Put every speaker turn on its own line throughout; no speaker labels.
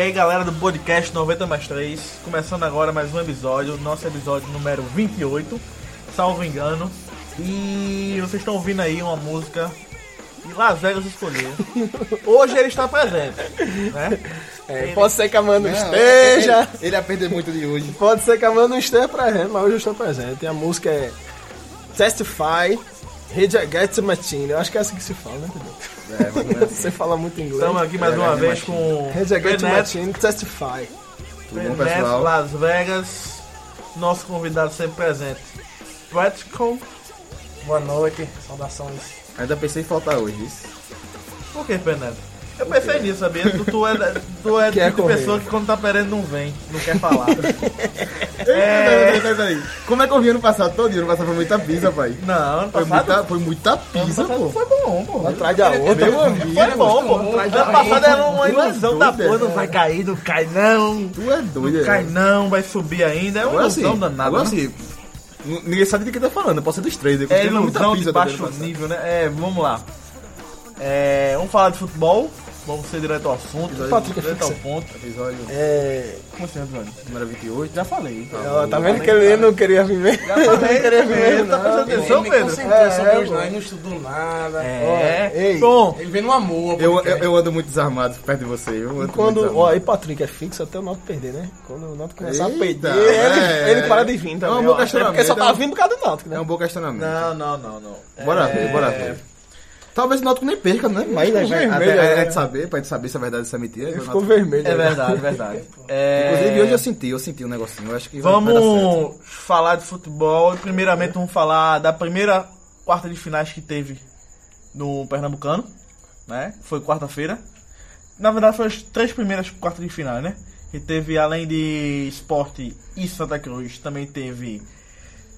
aí, galera do podcast 90 mais 3. Começando agora mais um episódio, nosso episódio número 28, salvo engano. E vocês estão ouvindo aí uma música que Las Vegas escolheu. Hoje ele está presente, né?
É,
Ele-
pode ser que a Manu
Não,
esteja.
Ele, ele ia perder muito de hoje.
é, Pode ser que a Manu não esteja presente, mas hoje eu estou presente. E a música é Testify, Reject Machine. Eu acho que é assim que se fala, né, Pedro?
É, mas não é assim.
Você fala muito inglês.
Estamos aqui mais uma vez com
Reject
Benet,
Machine, Testify.
Tudo bom,
Benet,
pessoal?
Las Vegas, nosso convidado sempre presente. Practical,
Boa noite, saudações.
Ainda pensei em faltar hoje. isso.
por que Penedo? Eu pensei nisso, sabia? Tu, tu é, tu é
Quer
tipo de
correr.
pessoa que quando tá perdendo não vem, não quer falar. É.
Peraí, peraí, peraí. Como é que eu vim ano passado todo? Ano passado foi muita pizza, pai.
Não, ano
Foi
passado
muita, foi muita pizza,
Passado
pô.
Foi bom, pô.
Uma atrás da outra.
Meu amigo,
Foi bom, pô. Ano passado era uma ilusão da porra,
né?
não vai cair, não cai não.
é tu é doido, é.
Cai não, vai subir ainda. É uma
Agora sim,
ilusão danada.
agora
né?
sim. assim, N- Ninguém sabe de quem tá falando, pode ser dos três. eu
É
continuo muita
ilusão de
pizza também ano
baixo
passado.
nível, né? É, vamos lá. É, vamos falar de futebol. Vamos ser direto ao assunto. é
Patrick,
direto ao
fixa.
ponto.
Episódio
É,
Como assim, Antônio?
número 28.
Já falei.
ó, tá vendo que ele não queria viver?
Eu não queria ver. Ele tá prestando atenção,
me
Pedro?
concentrei sobre
É,
meus
mano.
nomes, não estudou nada.
É,
Ó, ei.
Bom,
Ele vem no amor.
Eu,
porque-
eu,
É.
eu ando muito desarmado perto de você. Eu ando muito
Quando,
desarmado.
ó, e Patrick é fixo até o Noto perder, né? Quando o Noto começar
Eita,
a perder, ele,
é.
ele para de vir também.
É um bom
ó. Até porque só
questionamento,
tá
é um-
vindo por causa do Náutico, né?
É um bom questionamento.
Não, não, não, não.
Bora ver, bora ver. Talvez o Náutico nem perca, né? É. Mas né,
Ficou
vai-
vermelho,
até- é,
né?
de saber, pra gente saber se é verdade ou se é mentira. o
Ficou
Náutico-
vermelho.
É
né?
verdade, é verdade. É...
Inclusive, hoje eu senti, eu senti um negocinho. Eu acho que vai- vai dar certo.
Vamos falar de futebol e primeiramente vamos falar da primeira quarta de finais que teve no Pernambucano, né? Foi quarta-feira. Na verdade foram as três primeiras quartas de finais, né? E teve além de Esporte e Santa Cruz, também teve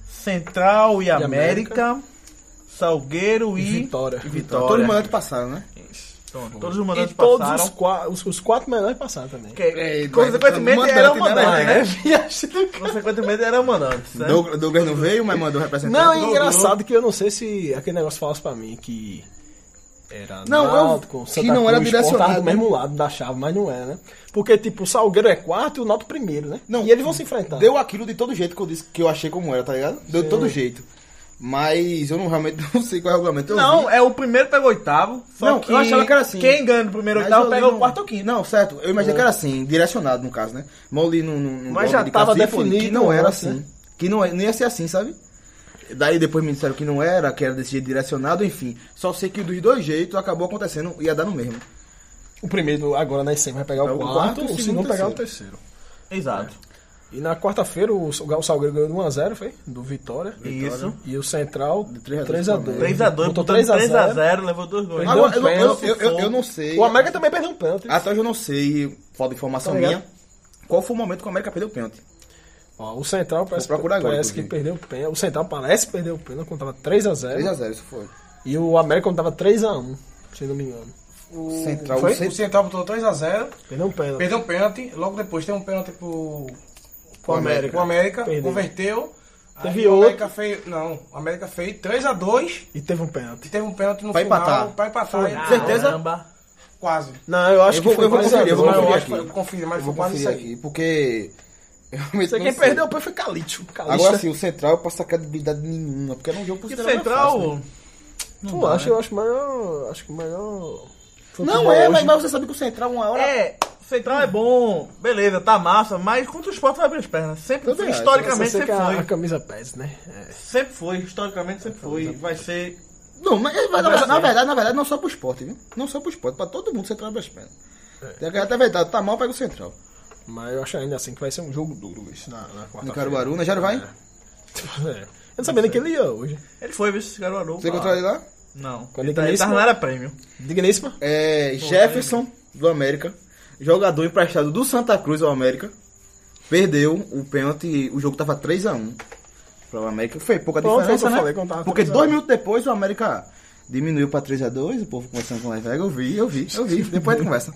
Central e, América, Salgueiro e
Vitória.
e Vitória.
Todos os mandantes passaram, né?
Pronto, Todos os
E
mandantes
todos
passaram.
os, qua- os, os quatro melhores passaram também. É,
Que-
É,
consequentemente
mandante,
eram
né,
mandantes,
velho?
né?
viagem do cara.
Consequentemente eram mandantes, né?
Então. Doug- Douglas não veio, mas mandou representante.
Não, é engraçado que eu não sei se aquele negócio falso pra mim que. Era
Não, eu-
Náutico, tá
que
Santa
não era
Cruz, Sport, tava
direcionado,
do
né?
mesmo lado da chave, mas não era, né? Porque, tipo, o Salgueiro é quarto e o Náutico primeiro, né?
Não,
e eles vão se enfrentar.
Deu aquilo de todo jeito que eu disse, que eu achei como era, tá ligado? Deu de todo jeito. Mas eu não realmente não sei qual é o regulamento. Eu
Não,
vi.
é o primeiro pega o oitavo. Só
Não,
que
eu achava que era assim.
Quem ganha no primeiro
Mas
oitavo
eu
pega
li
o
no-
quarto ou quinto.
Não, certo. Eu imaginei que era assim, direcionado no caso, né? Mas eu li num- num- num
É. Mas
blog
já
de
tava
Cacife,
definido
Que não era
antes,
assim.
né?
Que não, é- não ia ser assim, sabe? Daí depois me disseram que não era, que era desse jeito direcionado, enfim. Só sei que dos dois jeitos acabou acontecendo, ia dar no mesmo.
O primeiro agora na ICM vai pegar
Pega
É o quarto, o segundo pegar o terceiro.
Exato.
E na quarta-feira o, o Salgueiro ganhou de 1x0, foi? Do Vitória.
Isso.
E o Central
três a
3x2.
dois pro
3x2,
Botou
botou 3x0, levou dois gols.
Perdeu um
Agora, eu, não- eu-
pênalti,
eu- eu-
foi.
eu não sei.
O América também perdeu um pênalti.
Até hoje eu não sei, falta de informação
Tá ligado?
minha, qual foi o momento que o América perdeu o pênalti.
Ó, o Central parece,
procurar agora,
parece que
inclusive.
perdeu o pênalti. O Central parece que perdeu o pênalti quando tava 3x0.
3x0, isso foi.
E o América quando tava 3x1, se não me engano.
O
Central,
foi?
o Cent-
O Central botou 3x0,
Perdeu um pênalti.
perdeu um pênalti, logo depois tem um pênalti pro,
Pro América.
pro América,
Perdeu.
converteu.
Teve
aí o
outro.
América fez, não, o América fez 3x2
E teve um
e
pênalti.
teve um pênalti no
Pra
final.
empatar.
Pra empatar. e-
Certeza?
Caramba.
Quase.
Não, eu acho
Eu vou-
que foi
eu vou
3 a um.
conferir, eu vou
Mas
2.
eu
conferir
acho que
aqui.
foi- confira,
Eu
mas
vou
foi quase
conferir
isso aí.
aqui, porque. eu realmente
Sei
não
quem
sei.
perdeu o pênalti foi Calítio.
Agora sim, o Central passa credibilidade nenhuma, porque era um jogo
E
considerado
Central...
fácil, né?
Tu acha? Eu acho melhor... Acho que melhor...
Não
futebol
é,
hoje. né?
mas, mas você sabe que o Central, uma hora.
É, Central é bom, beleza, tá massa, mas contra o Sport vai abrir as pernas. Sempre,
Também acho. né?
historicamente,
Só sei
sempre
que a, a
foi.
camisa pesa, né? É.
Sempre foi, historicamente sempre foi. Vai ser...
Não, mas,
assim,
mas na, verdade- na verdade, na verdade, não só pro esporte, viu? Não só pro esporte, pra todo mundo o Central é abre as pernas.
É.
Tem que até verdade, tá mal, pega o Central.
Mas eu acho ainda assim que vai ser um jogo duro isso na, na quarta-feira.
No Caruaru, né? Já não vai?
É. Eu não sabia nem que ele ia hoje.
Ele foi, viu, esse garoto.
Você encontrou ele lá?
Não.
Quando
Ele
ele
tá- ele
ganhou
tava
esse-
na área prêmio.
Digníssima.
É Jefferson do América, jogador emprestado do Santa Cruz ao América, perdeu o pênalti, o jogo tava 3 a 1 para o América, foi pouca
Pronto, foi
diferença,
o que eu
né?
falei, quando tava
Porque
3 a 1.
dois minutos depois o América diminuiu para 3 a 2, o povo começando com a Vega, eu vi, eu vi, eu vi, depois a gente conversa.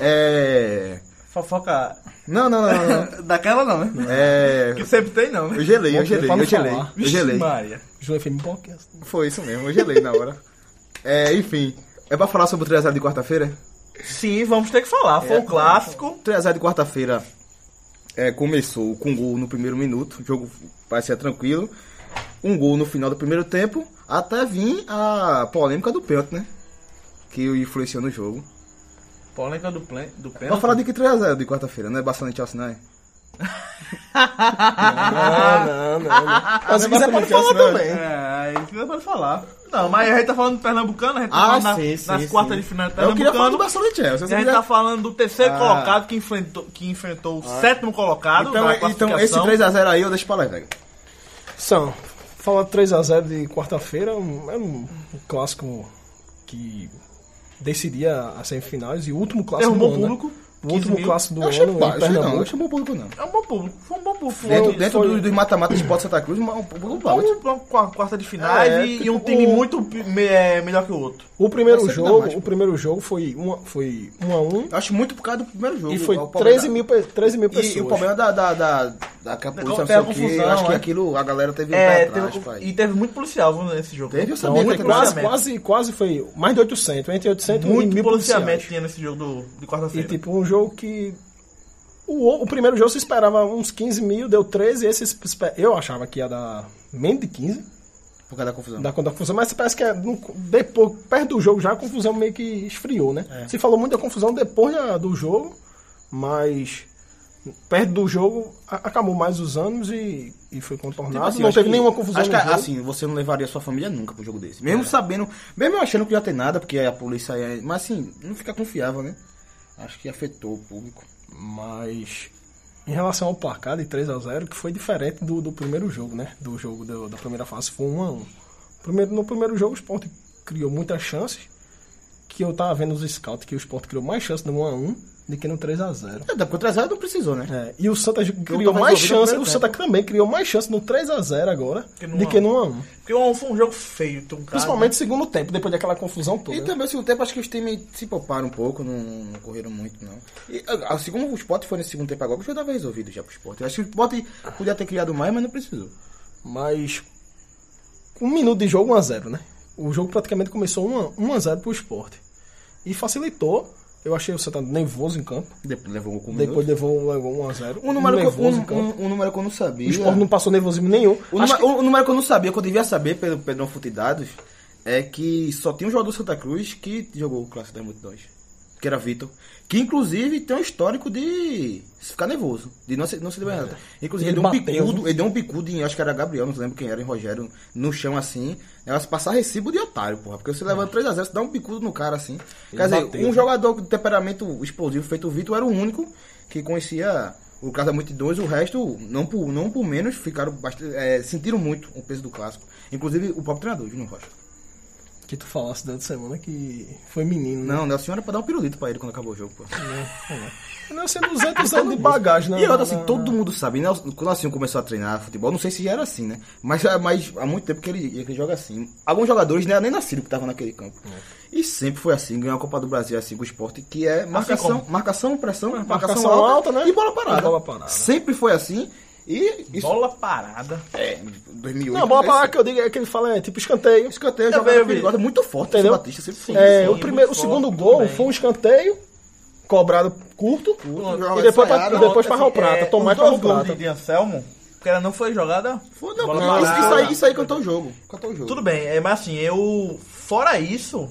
É,
Fofoca
não, não, não, não, não.
daquela não, né?
É,
Que sempre tem não, né?
eu gelei, eu
Bom,
gelei,
pra
eu
não
gelei,
falar.
eu
Vixe
gelei.
Maria.
João FM Podcast.
Foi isso mesmo, eu gelei na hora. É, enfim, é pra falar sobre o 3 a 0 de quarta-feira?
Sim, vamos ter que falar.
É,
Foi um clássico.
3x0 de quarta-feira é, começou com gol no primeiro minuto. O jogo parecia tranquilo. Um gol no final do primeiro tempo. Até vir a polêmica do pênalti, né? Que influenciou no jogo.
Polêmica do, plen- do pênalti.
Vamos falar de que 3x0 de quarta-feira, não é bastante Chelsea, não é? Ah,
Não, não, não. não. Mas se quiser pode falar
né?
também.
É, isso não pode falar. Não, mas a gente tá falando do Pernambucano, a gente tá
Ah,
falando na-
sim, sim,
nas
sim.
quartas de final do
Eu queria falar do
Pernambucano.
Barcelona e Chelsea.
E
se
a gente
quiser-
tá falando do terceiro
Ah.
colocado que enfrentou, que enfrentou o sétimo colocado
Então,
da
é- então, esse
classificação.
3x0 aí eu deixo pra lá, velho.
São, falar 3x0 de quarta-feira um- é um clássico que decidia as semifinais e o último
é
clássico
Derrubou
do
o É
ano. né?
um público.
O último
15 mil.
clássico do
Eu achei
ano em
baixo, não. Eu
Pernambuco.
achei bom público, não.
É um bom público. Foi um bom público. Foi,
Dentro, dentro
foi-
do- dos mata-matas de Esporte Santa Cruz, um um público
foi
alto.
um- uma qua- quarta de finais
É,
e,
porque
e um
o-
tipo,
time muito pi- me- é, melhor que o outro.
O primeiro
Vai ser
jogo,
dramático.
o primeiro jogo foi 1 foi um a 1
Eu acho muito por causa do primeiro jogo.
e foi
o Palmeiras-
13 mil, pe- 13 mil
E,
pessoas.
e o problema da, da, da, da capoeira, não
Tem
sei
a
o quê,
confusão,
eu acho que
é.
aquilo, a galera teve
É,
um pé atrás,
teve-
pai.
e teve muito policial viu, nesse jogo.
Teve, eu
Não,
sabia,
foi
tá
Então, quase,
ligado?
quase, quase foi mais de 800, entre 800 e
muito
mil
policiamento
policiais.
tinha nesse jogo do, de
E
quarta-feira.
tipo, um jogo que. O, o primeiro jogo se esperava uns 15 mil, deu 13, esse se espe- eu achava que ia dar menos de 15,
Por causa da confusão.
da conta da confusão, mas parece que é no- depois, perto do jogo já a confusão meio que esfriou, né?
É.
Se falou muito da confusão depois da- do jogo, mas perto do jogo a- acabou mais os anos e, e foi contornado.
Tipo assim,
não
acho
teve
que-
nenhuma confusão
Acho que,
no jogo.
assim, você não levaria sua família nunca pro jogo desse. Mesmo sabendo, mesmo achando que já tem nada, porque a polícia é... Mas assim, não fica confiável, né? Acho que afetou o público.
Mas em relação ao placar de 3 a 0 que foi diferente do, do primeiro jogo, né? Do jogo do- da primeira fase, foi 1 a 1 Primeiro, No primeiro jogo, o Sport criou muitas chances, que eu tava vendo nos scouts que o Sport criou mais chances no 1 a 1 do que no 3 a 0
É, até porque o 3 não precisou, né?
É, e o Santa criou mais
tava envolvido tá no
chance, o
primeiro
Santa também criou mais chance no 3x0 agora
Que no
do
1 a
que
1.
no 1x1.
Porque um- foi um jogo feio, truncado.
Principalmente no segundo tempo, depois daquela confusão toda. né?
E também, ao segundo tempo, acho que os times se pouparam um pouco, não, não correram muito, não. E, a- assim como o Sport foi nesse segundo tempo agora, o jogo tava resolvido já pro Sport. Eu Acho que o Sport podia ter criado mais, mas não precisou.
Mas um minuto de jogo 1x0, né? O jogo praticamente começou 1x0 pro esporte. E facilitou. Eu achei o Santa nervoso em campo.
Depois levou um gol com um
Depois
minuto.
levou levou 1x0.
Um número, que, eu-
nervoso
um,
em campo.
um- um número que eu não
O
sabia.
esporte não passou nervosismo nenhum.
O,
Acho
número-
que-
o número que eu não sabia, que eu devia saber pelo Pedrão Futidados, é que só tem um jogador do Santa Cruz que jogou o Clássico das Multidões, que era Vitor. Que inclusive tem um histórico de ficar nervoso, de não se, não se liberar. Inclusive, ele,
É. Ele
deu um
bateu, né?
bicudo, ele deu um bicudo em, acho que era Gabriel, não lembro quem era, em Rogério, no chão assim. Elas passar recibo de otário, porra. Porque você leva 3x0, você dá um bicudo no cara assim. Quer dizer,
bateu.
um jogador de temperamento explosivo feito o Vitor era o único que conhecia o caso da multidões, o resto, não por, não por menos, ficaram bastante, é, sentiram muito o peso do clássico. Inclusive o próprio treinador, Júnior Rocha.
Que tu falasse durante a semana que foi menino, né?
Não, né, a senhora pra dar um pirulito pra ele quando acabou o jogo, pô.
Não, sendo 200 anos de bagagem, né?
Então, E outra, assim, todo mundo sabe, né? Quando assim começou a treinar futebol, não sei se já era assim, né? Mas, ah, mas há muito tempo que ele, que ele joga assim. Alguns jogadores não eram nem nascidos que estavam naquele campo.
É.
E sempre foi assim, ganhar a Copa do Brasil assim com o esporte, que é marcação, marcação, pressão, marcação,
É, marcação
alta,
alta, né?
e bola parada.
E bola parada.
Sempre foi assim. E isso
Bola parada.
é 2008.
Não, bola pra lá
né?
que eu digo é que ele fala, é tipo escanteio.
Escanteio é
Eu
jogada
vi, eu vi.
perigosa, muito forte, o
Entendeu?
Batista sempre foi.
É,
sim,
o primeiro, o
muito
segundo
forte,
gol
muito bem.
foi um escanteio cobrado curto,
Curto,
e depois,
ensaiado,
pra, e depois
outra,
pra Raul Prata,
É,
tomate
os
pra
dois
Raul
gols
Prata.
de, de Anselmo, porque ela não foi jogada.
Foi, não,
Bola
não, isso,
parada.
isso aí, isso aí cantou o jogo. Cantou o jogo.
Tudo bem, é, mas assim, eu. Fora isso,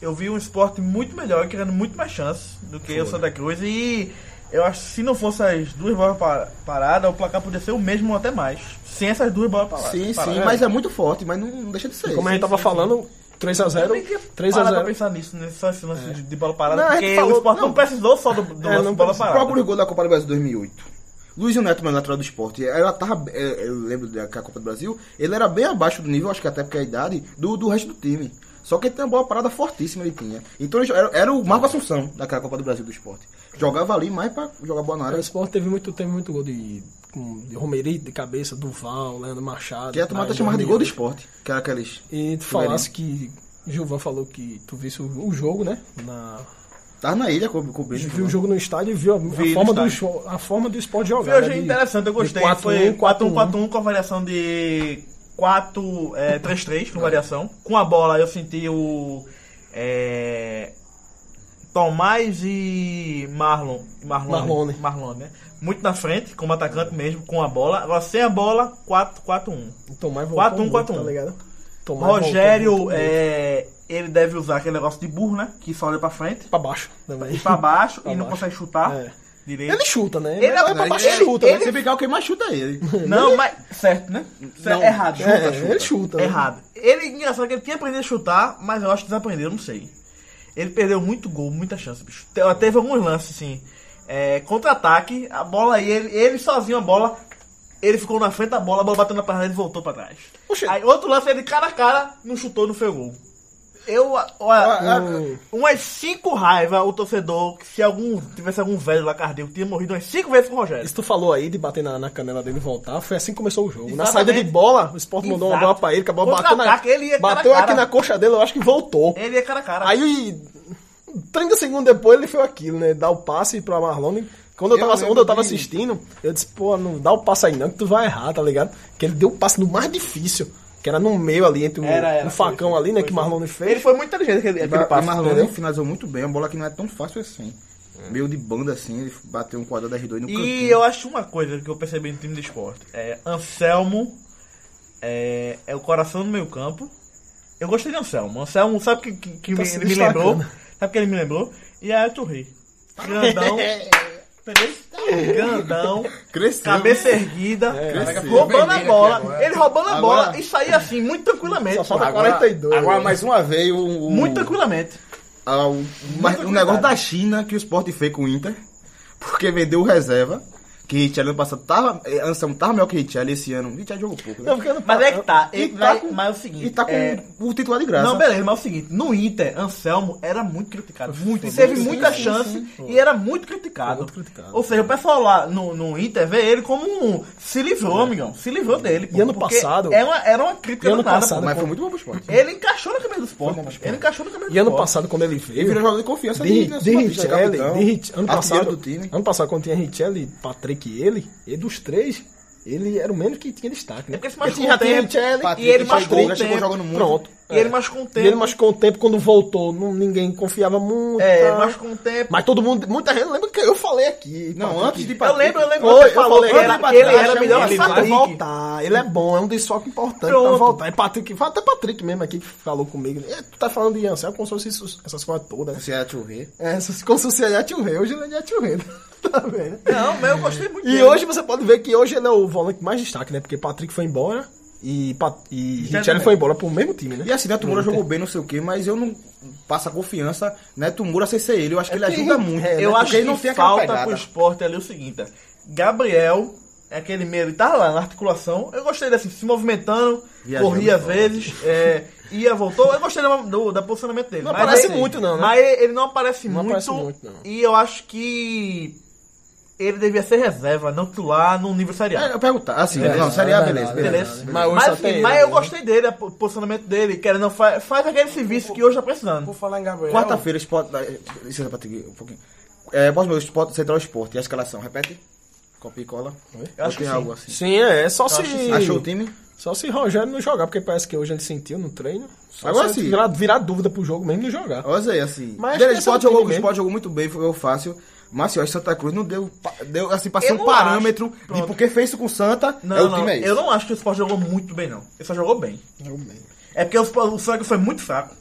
eu vi um esporte muito melhor, criando muito mais chances do que o Santa Cruz. E eu acho que se não fosse as duas bolas par- paradas, o placar podia ser o mesmo ou até mais. Sem essas duas bolas paradas.
Sim, sim,
paradas.
mas é muito forte, mas não, não deixa de ser.
Como a
Sim,
gente tava falando, 3x0,
é Parar pra
3x0.
pensar nisso, nesse lance de- de bola parada,
Não, é que
porque
falou-
o esporte não,
não.
precisou só do, do
É,
lance
não
de bola
precisou.
parada.
Próprio gol da Copa do Brasil 2008. Luiz Neto, meu natural do esporte, ela tava, é, eu lembro da que a Copa do Brasil, ele era bem abaixo do nível, acho que até porque é a idade, do, do resto do time. Só que ele tem uma bola parada fortíssima, ele tinha. Então ele jo- era, era o Marco Assunção daquela Copa do Brasil do esporte. Jogava ali mais pra jogar boa na
O
área.
Sport teve muito, teve muito gol de, com- de Romerito, de cabeça, Duval, Leandro Machado.
Que ia tomar até
Brian
chamada de gol do
Romero.
esporte, que era aqueles.
E tu falasse que Gilvan falou que tu visse o, o jogo, né? Na,
Tava na ilha co-
tu
cobrindo.
viu o jogo no estádio e viu a, a
né? Vi no
forma, do,
estádio.
jo- a forma do Sport jogar.
Eu
né?
achei
De-
interessante, eu
de
gostei.
4-1,
Foi
4-1.
4-1-4-1 com a variação de 4-3-3 com variação. Com a bola eu senti o. É, Tomás e Marlon. Marlon
Marlone.
Marlon, né? Muito na frente, como atacante mesmo, com a bola. Agora sem a bola, 4-4-1.
O Tomás né? voltou
4-1,
muito,
4-1.
Tá ligado? Tomás voltou
Rogério,
muito, né? muito.
é, ele deve usar aquele negócio de burro, né? Que só olha pra frente,
Pra baixo também.
e pra baixo,
Pra
e não
baixo.
consegue chutar
É.
direito.
Ele chuta, né?
Ele
vai
é-
pra baixo e
ele-
chuta. né?
Ele... Se ficar, quem mais chuta é ele.
Não, mas. Certo, né? Certo,
Não,
errado.
chuta,
É,
chuta.
Ele chuta. né?
Errado. Ele, engraçado que ele tinha aprendido a chutar, mas eu acho que desaprendeu, não sei. Ele perdeu muito gol, muita chance, bicho. Te- Teve alguns lances, assim. é, Contra-ataque, a bola aí, ele, ele sozinho a bola. Ele ficou na frente da bola, a bola bateu na parede e voltou pra trás.
Oxe.
Aí outro lance, ele cara a cara, não chutou, não fez gol. Eu, ó, um,
Ah,
umas cinco raivas o torcedor, que se algum tivesse algum velho lá cardíaco, tinha morrido umas cinco vezes com o Rogério.
Isso tu falou aí de bater na, na canela dele e voltar, foi assim que começou o jogo. Na
Exatamente.
saída de bola, o Sport mandou uma
Exato.
bola pra ele, que a bola bateu, na,
Contra-ataque, ele ia cara a
bateu aqui
cara.
na coxa dele, eu acho que voltou.
Ele ia cara a cara.
Aí, 30 segundos depois, ele foi aquilo, né? Dá o passe pra Marlon. Quando eu
Eu
tava,
lembro
quando eu tava
de-
assistindo, eu disse, pô, não dá o passe aí não, que tu vai errar, tá ligado? Que ele deu o passe no mais difícil, que era no meio ali, entre o,
Era, era,
o facão
foi,
ali, né? que Marlon fez.
Ele foi muito inteligente aquele,
E
aquele
ba- e
passo.
Marlon
entendeu?
finalizou muito bem, a bola que não é tão fácil assim. Meio de banda assim, ele bateu um quadrado R2 no
É. E
cantinho.
eu acho uma coisa que eu percebi no time de esporte. É, Anselmo é, é o coração do meio campo. Eu gostei de Anselmo. Anselmo, sabe que, que, que
Tá
me-
se
ele me
destacando.
lembrou? Sabe que ele me lembrou? E aí eu torri. Grandão. entendeu? Grandão.
Cresceu.
Cabeça é erguida,
cresceu.
roubando a
Vermelho aqui
bola.
agora.
Ele roubando a
Agora-
bola e saía assim, muito tranquilamente.
Só falta
Agora-
42.
Agora,
né?
mais uma vez, o, o,
Muito tranquilamente.
a- o, mas o
cuidado.
negócio da China que o Sport fez com o Inter, porque vendeu o reserva, que Richelli ano passado tava, eh, Anselmo tava melhor que Richelli esse ano. Richelli jogou pouco, né?
Tá ficando
Mas é que tá.
E
Ele
tá
vai-
com-
mas é o seguinte.
e tá com
é,
o titular de graça.
Não, beleza, mas é o seguinte, no Inter, Anselmo era muito criticado. Muito. E teve muita chance e era muito criticado.
Muito criticado.
Ou seja, o pessoal lá no, no Inter vê ele como um. Se livrou, amigão. Se livrou dele. pô,
É. E ano
porque
passado-
É uma, era uma crítica
E ano
danada,
passado-
pô. É.
mas foi muito bom pro Sport.
Ele encaixou na camisa do Sport. Ele encaixou na camisa do
E ano
Sport.
passado, quando ele
Ele virou
veio.
jogador de confiança
De,
né,
de
Sport,
Richelli,
capitão,
de Rich- ano
artilheiro
passado,
do time.
ano passado quando tinha Richelli, Patrick e ele, e dos três, ele era o menos que tinha destaque, né?
É porque se
Porque
machucou
já
um
tinha
tempo,
Richelli,
e ele
chegou,
machucou
já
o
chegou
tempo.
jogando muito.
pronto.
E ele machucou um
E
tempo.
ele machucou um tempo, quando voltou, não- ninguém confiava muito.
É,
tá?
ele machucou um tempo.
Mas todo mundo, muita gente lembra que eu falei aqui.
Não,
Patrick,
antes de
Eu lembro, eu lembro.
Oi,
você
eu
falou
falei,
que ele,
ele
ele era
acha-
melhor
ele
que
vai
Patrick.
voltar, ele é bom, é um desfoque importante pra
Pronto.
voltar. E Patrick, fala até Patrick mesmo aqui que falou comigo. "É, tu tá falando de Anselmo, como se fosse isso- essas coisas todas. né?"
Se é tio Rê.
É, essas- como se fosse ele é tio Rei, hoje ele é tio Rei. Tá vendo? É.
Não, mas eu gostei muito
E
dele.
hoje você pode ver que hoje ele é o volante mais destaque, né? Porque Patrick foi embora e, Pat- e Richelli
Exatamente.
foi embora pro mesmo time, né?
E assim, Neto Moura jogou bem, não sei o quê, mas eu não passo a confiança Neto Moura sem ser ele. Eu acho que ele
porque
ajuda
ele-
muito.
é,
Eu
Porque
acho
ele
que
não tem aquela
falta
pegada.
pro esporte ali o seguinte: é, Gabriel, é aquele meio, ele tava lá na articulação. Eu gostei dele assim, se movimentando,
Viajando
corria às
fora.
vezes, é, ia, voltou. Eu gostei do, do, do posicionamento dele.
Não aparece
ele-
muito não, né?
Mas ele, ele não aparece
Não
muito.
aparece muito, não.
E eu acho que ele devia ser reserva, não titular no nível serial.
É, eu perguntar. Assim,
É,
não, Série A,
é
beleza.
verdade,
beleza.
Beleza?
verdade. Mas
Mas,
hoje só
assim,
tem
mas
ele,
eu
né?
gostei dele, o posicionamento dele, querendo, faz, faz aquele serviço que hoje tá precisando.
Por falar em Gabriel.
Quarta-feira, Sport. eh, Licença, Patrick, um pouquinho. É, pode ver o Sport, Central Esporte. E a escalação, repete? Copia e cola.
Eu acho
Ou tem
que sim.
algo assim.
Sim, é, só se.
Achou o time?
Só se Rogério não jogar, porque parece que hoje ele sentiu no treino. Só
Agora
se
sim.
Virar, virar dúvida pro jogo mesmo e não jogar.
Olha isso aí, assim.
Mas acho
Beleza,
que
o Sport
esse é o
jogou,
time
o Sport jogou muito bem, foi o fácil. Mas eu acho que Santa Cruz não deu. pa- deu assim, passou
Eu
um
não acho.
parâmetro de
Pronto.
porque fez isso com o Santa.
Não,
é o
não,
time é esse.
eu não acho que o Sport jogou muito bem, não. Ele só jogou bem. É porque o, Sport- o Sangue foi muito fraco.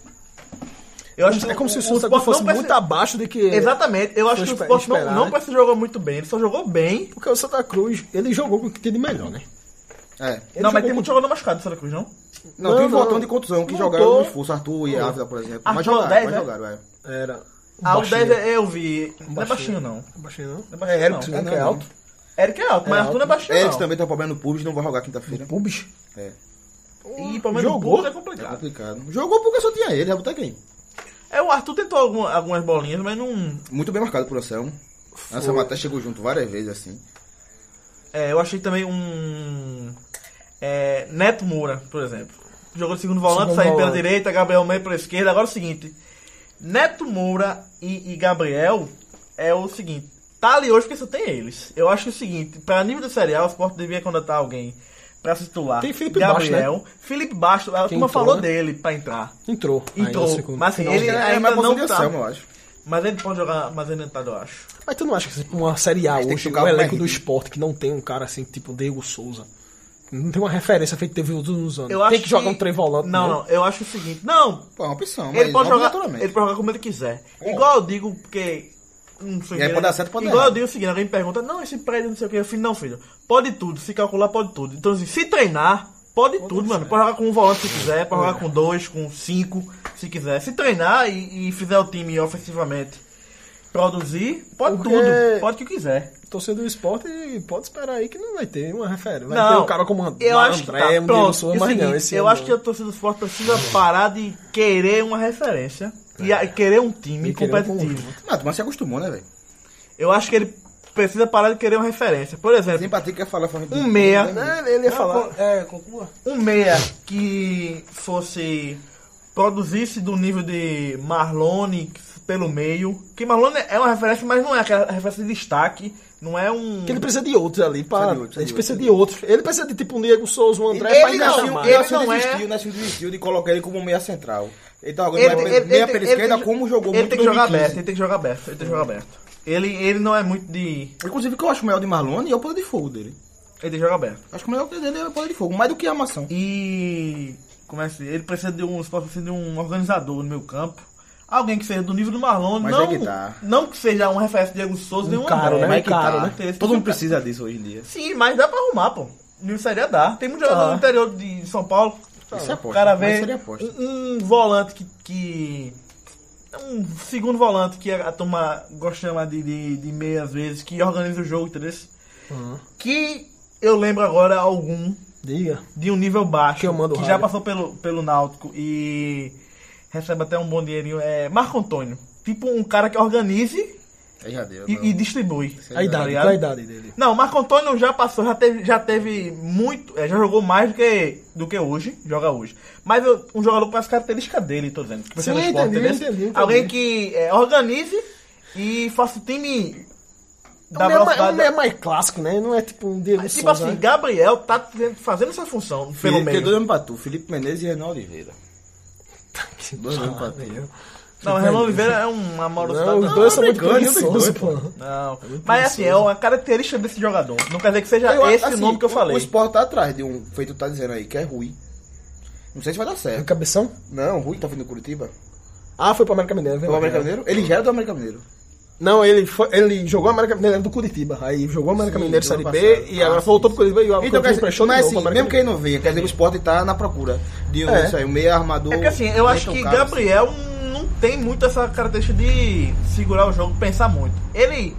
Eu acho que
é como se o
Sport
Santa Cruz fosse
não perce-
muito abaixo do que.
Exatamente, eu acho
Foi
que o
espe-
Sport não,
esperar,
não
né?
parece que jogou muito bem, ele só jogou bem.
Porque o Santa Cruz, ele jogou com o que tinha de melhor, né?
É.
Ele
não, mas
jogou
tem muito jogador machucado do Santa Cruz, não?
Não,
Não,
tem
não.
voltando de contusão que
Não
jogaram
tô.
no esforço. Arthur e Ávila, por exemplo. Mas
Arthur é o
jogaram,
10,
mas
né?
jogaram, é.
Era.
Ah, o
Um baixinho.
10 é- eu vi. Não é baixinho,
Baixinho.
não.
Baixinho não?
Não é baixinho,
Eric,
não.
né, que é alto.
Eric é alto, mas Arthur não é baixinho,
Eles
não.
também tem problema no público, não vão jogar quinta-feira.
Pubis.
É.
E pelo menos o
Jogou?
Porto é
É
complicado.
complicado. Jogou porque só tinha ele, vai botar quem?
É, o Arthur tentou algum- algumas bolinhas, mas não.
Muito bem marcado por Anselmo. Anselmo até chegou junto várias vezes, assim.
É, eu achei também um. é, Neto Moura, por exemplo. Jogou de segundo volante,
Segundo
saiu pela
volante.
direita, Gabriel meio pela esquerda. Agora é o seguinte: Neto Moura e, e Gabriel é o seguinte. Tá ali hoje porque só tem eles. Eu acho que é o seguinte: pra nível do serial, o Sport devia contratar alguém pra se titular.
Tem Felipe né?
Gabriel. Felipe Basto, a turma
entrou,
falou
né?
dele pra entrar.
Entrou. ainda no
Entrou.
segundo.
Mas assim, ele
É,
ainda
mais
não
posição de
tá.
Anselmo, eu acho.
Mas ele pode jogar mais adiantado, eu acho.
Mas tu não acha que tipo, uma Série A
Mas tem que
hoje,
jogar
o
mais
elenco do
ritmo.
esporte, que não tem um cara assim, tipo Diego Souza, não tem uma referência feita que teve nos últimos anos.
Eu
tem
acho
que, jogar um trem volante.
Não, não, eu acho o seguinte. Não,
Pô, é uma opção, mas
ele pode,
não
jogar,
naturalmente.
ele pode jogar como ele quiser.
É.
Igual eu digo, porque. Não sei
E aí
quem-
pode dar certo, pode dar
Igual eu
errado.
digo o seguinte: alguém pergunta, não, esse prédio não sei o que. Eu filho, não, filho. Pode tudo, se calcular, pode tudo. Então, assim, se treinar, pode tudo, mano. Pode jogar com um volante se quiser, pode jogar com dois, com cinco, se quiser. Se treinar e, e fizer o time ofensivamente produzir, pode
Porque-
tudo. Pode o que quiser.
Torcedor do esporte pode esperar aí que não vai ter uma referência. Vai
não,
ter um cara como And-
eu acho que
André,
tá,
um Diego
pronto,
Souza,
é o
mas não.
seguinte,
Esse
eu
ano
acho que a torcida do esporte precisa parar de querer uma referência e a- querer um time
E querer um
competitivo.
Não, mas se acostumou, né, velho?
Eu acho que ele precisa parar de querer uma referência. Por exemplo,
Simpatia quer falar falando.
um meia,
né?
É, ele ia falar.
É, conclua.
um meia que fosse produzisse do nível de Marlone pelo meio, que Marlone é uma referência, mas não é aquela referência de destaque, não é um
Que ele precisa de outros ali, pá.
Precisa de outros,
A gente
precisa
precisa de outros. Ele precisa de tipo um Diego Souza, um André, pra
Ele
engajar
não, é
Ele
mais.
assim, ele não
não é-
desistiu, o Nelson desistiu de colocar ele como meia central. Ele tá jogando
Ele-
mais
ele-
pela-
ele-
meia
ele-
pela
ele
esquerda,
tem-
como jogou
Ele
muito
tem
em
que jogar
2015.
aberto, ele tem que jogar aberto, ele tem que jogar aberto. Ele, ele não é muito de.
então. Inclusive, o que eu acho melhor de Marlone é o poder de fogo dele.
Ele tem que jogar aberto.
Acho que o melhor dele é o poder de fogo, mais do que a maçã.
E. Como é assim? Ele precisa de um. Pode ser de um organizador no meu campo. Alguém que seja do nível do Marlon,
Mas
não,
é que tá.
não que seja um referência de Diego Souza, nem um
cara,
André.
né?
mas
É caro, né?
Tem esse
Todo mundo
cara.
precisa disso hoje em dia.
Sim, mas dá pra arrumar, pô. Nível Série A dá. Tem muito jogador
Tá.
no interior de São Paulo.
Isso é
O
aposta.
cara
mas
vê
seria aposta.
um, um volante que, que. Um segundo volante que a, a turma gosta de chamar de, de, de meia às vezes, que organiza o jogo, entendeu?
Uhum.
Que eu lembro agora algum
Diga.
de um nível baixo,
Que eu mando
já
rádio.
passou pelo, pelo Náutico e recebe até um bom dinheirinho, é Marco Antônio. Tipo um cara que organize
Aí já deu. né?
e,
não.
e distribui. Tá
A idade,
ligado?
qual a idade dele?
Não, Marco Antônio já passou, já teve, já teve muito, é, já jogou mais do que, do que hoje, joga hoje. Mas eu- um jogador com as características dele, tô dizendo. Que você
Sim,
no esporte,
entendi,
entendeu?
entendi, entendi.
Alguém que é, organize e faça o time
É
da
um meia mais- é um
velocidade.
meia mais clássico, né? Não é tipo um Diego
tipo
Souza.
assim,
né?
Gabriel tá fazendo- fazendo essa função, pelo
Felipe-
meio.
Tem dois nomes pra tu, Felipe Menezes e Renan Oliveira.
Que
Dois nomes pra tu.
pariu.
Não, mas Renan Oliveira é uma amorosidade.
Não, os dois são muito
brincando, nenhum dos
preguiçosos,
dois,
pô.
Não. Mas assim, é uma característica desse jogador. Não quer dizer que seja
Eu acho-
esse o
assim,
nome que eu
o-
falei.
O Sport tá atrás de um feito tá dizendo aí, que é Rui. Não sei se vai dar
É o
certo.
cabeção?
Não, Rui tá vindo do Curitiba.
Ah, foi pro América Mineiro. é
Foi o
verdade.
América Mineiro? Ele já é do América Mineiro.
Não, ele, foi, ele jogou América Mineiro era do Curitiba. Aí jogou América
Sim,
Mineiro
do
Série
ano
B
passado.
e agora
Ah,
voltou pro Curitiba e o
Então, quer
Curitiba
dizer,
emprestou de
mas
novo pro
assim,
América
mesmo que ele
Mineiro.
não venha, quer dizer que o Sport tá na procura de um
É.
isso aí, um meio armador.
É porque assim, eu
nem
acho
tão
que
caro,
Gabriel não tem muito essa característica de segurar o jogo, pensar muito. Ele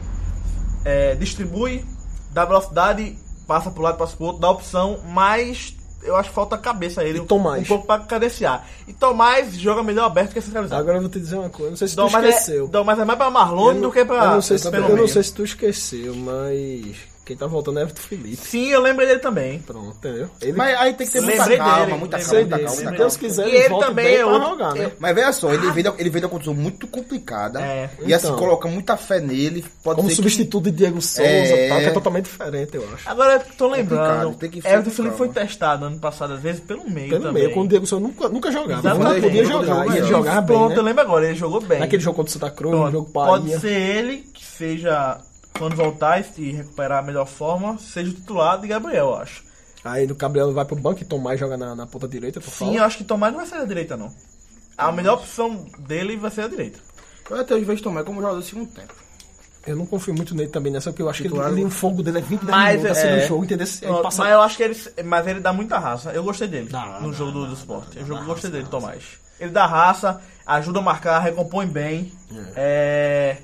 é, distribui, dá velocidade, passa pro lado, passa pro outro, dá opção, mas eu acho que falta cabeça a ele.
E Tomás.
Um pouco pra cadenciar. E Tomás joga melhor aberto que centralizado.
Agora eu vou te dizer uma coisa. Não sei se tu
Tomás Tá. é,
esqueceu.
Tomás é mais pra Marlon
Eu
do que pra.
eu não sei se,
pelo
eu não
meio.
sei se tu esqueceu, mas quem tá voltando é o Felipe.
Sim, eu lembro dele também.
Pronto, entendeu? Ele
Mas aí tem que ter
Lembrei
muita calma,
dele,
muita calma,
sei
muita
desse.
calma,
Se
muita
Deus
calma.
quiser,
tá, E
ele,
ele
volta
também
bem
é
pra
outro-
jogar, né?
eu-
Mas veja só, ele veio, da- ele veio de uma condição muito complicada.
É,
e assim,
então.
coloca muita fé nele. Pode
Como
ser que-
substituto de Diego Souza,
É.
tal, que é totalmente diferente, eu acho.
Agora eu tô lembrando.
Complicado, tem que ser
Everton
com
Felipe foi
calma.
testado ano passado, às vezes, pelo meio.
Pelo
também.
meio, quando o Diego Souza nunca, nunca jogava.
Exatamente.
Nunca podia
Quando
jogar.
jogava,
E ele
é.
jogava bem,
Pronto, eu
né?
lembro agora, ele jogou bem.
Naquele jogo contra o Santa Cruz,
Pronto,
no jogo
Pode
Bahia.
ser ele que seja, quando voltar e se recuperar a melhor forma, seja o titular de Gabriel, eu acho.
Aí o Gabriel vai pro banco e Tomás joga na, na ponta direita, tu
Sim, eu
fala.
acho que Tomás não vai ser a direita, não. A melhor opção dele vai ser a direita.
Eu até às vezes tomei como jogador do segundo tempo.
Eu não confio muito nele também nessa, porque eu acho que ele,
Titular-
ele- o fogo dele é 20
Mas,
minutos assim
é.
no jogo, entendeu? Ele
Pronto,
passa-
Mas eu acho que ele. Mas ele dá muita raça. Eu gostei dele.
Dá,
no
dá,
jogo do, do esporte. Eu jogo, gostei dele, Tomás. Ele dá raça, ajuda a marcar, recompõe bem. É.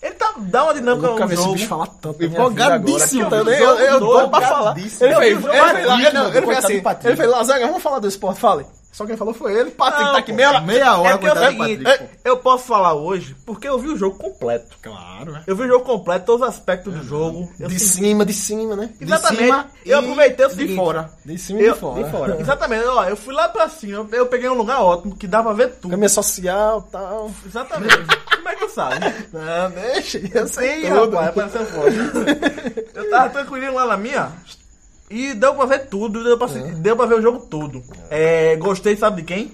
Ele tá, dá uma
Eu
dinâmica
nunca
no
vi esse
jogo.
bicho falar tanto. na minha vida
Empolgadíssimo
agora.
também,
Eu, eu, eu
empolgadíssimo.
tô pra falar. Ele fez, ele
Eu vi
fez,
o
lá,
Patrick,
ele, não, ele fez
coitado
assim,
do Patrick.
ele fez lá, Zaga, vamos falar do esporte, fale. Só quem falou foi ele, Patrick
Não,
tá aqui
pô.
meia hora.
Meia
É
hora,
porque é o
coitado do
seguinte,
Patrick, pô.
é- eu posso falar hoje porque eu vi o jogo completo.
Claro, é.
Eu vi o jogo completo, todos os aspectos do jogo. Eu
De
senti-
cima, de cima, né?
Exatamente.
cima
eu
e
aproveitei o
de
seguinte.
fora.
De cima e
Eu,
de fora.
de fora. Exatamente. Ó, eu fui lá pra cima, eu, eu peguei um lugar ótimo que dá pra ver tudo.
Caminha social e tal.
Exatamente. Como é que eu sabe?
Não, deixa, eu sei
Ih,
tudo.
rapaz, apareceu foda. Eu tava tranquilinho lá na minha. E deu pra ver tudo, deu pra, se- É, deu pra ver o jogo todo. É, gostei, sabe de quem?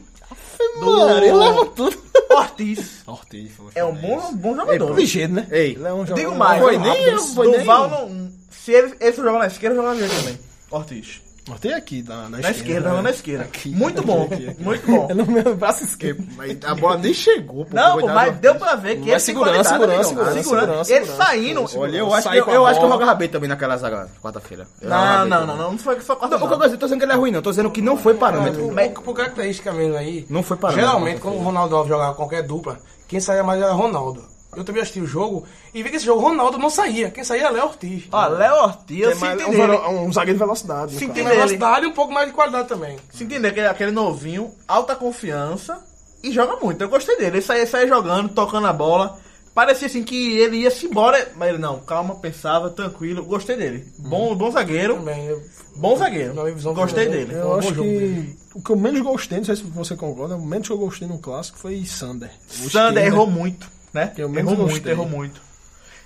É
Mano, ele leva tudo.
Ortiz
Ortiz, foi.
é um bom, bom jogador.
Ligeiro, né?
Ei,
ele é um jogador.
Digo mais,
Foi
não,
nem-
rápido.
foi nem-
Duval não. Se ele, ele for jogar na esquerda, joga na direita também. Ortiz.
Ortiz é aqui, na,
Na esquerda, joga
né?
na esquerda.
Aqui,
muito
aqui,
bom,
aqui, aqui.
muito bom.
É no meu braço esquerdo.
Mas a bola nem chegou, pô.
Não, pô,
Coitado
mas
do
deu pra ver que
Mas
ele
é segurança,
tem qualidade,
segurança,
amigão.
segurança, segurança,
Ele
segurança,
saindo.
segurança.
Olha, eu acho, que
Sai
eu,
com a
eu acho que eu
bola.
jogava bem também naquela zaga quarta-feira. Eu jogava
Não,
bem
não,
também.
não, não, não foi só quarta
Ah, Não, O que eu tô dizendo é que ele é ruim, não. Eu tô dizendo que não foi parâmetro.
Mas por, por característica mesmo aí.
Não foi parâmetro.
Geralmente, quando o Ronaldo Alves jogava qualquer dupla, quem saía mais era Ronaldo. Eu também assisti o jogo e vi que esse jogo Ronaldo não saía. Quem saía era Léo Ortiz.
Ah,
Ó, Léo Ortiz, eu
É
senti
mais- é um,
dele.
velo- um zagueiro de velocidade. no
Se
caso.
tem
dele.
velocidade e um pouco mais de qualidade também.
Se entender que ele é aquele novinho, alta confiança e joga muito. Eu gostei dele. Ele saía, saía jogando, tocando a bola. Parecia assim que ele ia se embora, mas ele não, calma, pensava, tranquilo. Gostei dele. Bom, bom zagueiro.
Também. eu-
Bom zagueiro.
Na minha visão,
Gostei
eu-
dele.
Eu acho que o que eu menos gostei, não sei se você concorda, o menos que eu gostei no clássico foi Sander. O
Sander
esquerda.
errou muito, né?
Eu menos
errou muito,
gostei.
errou muito.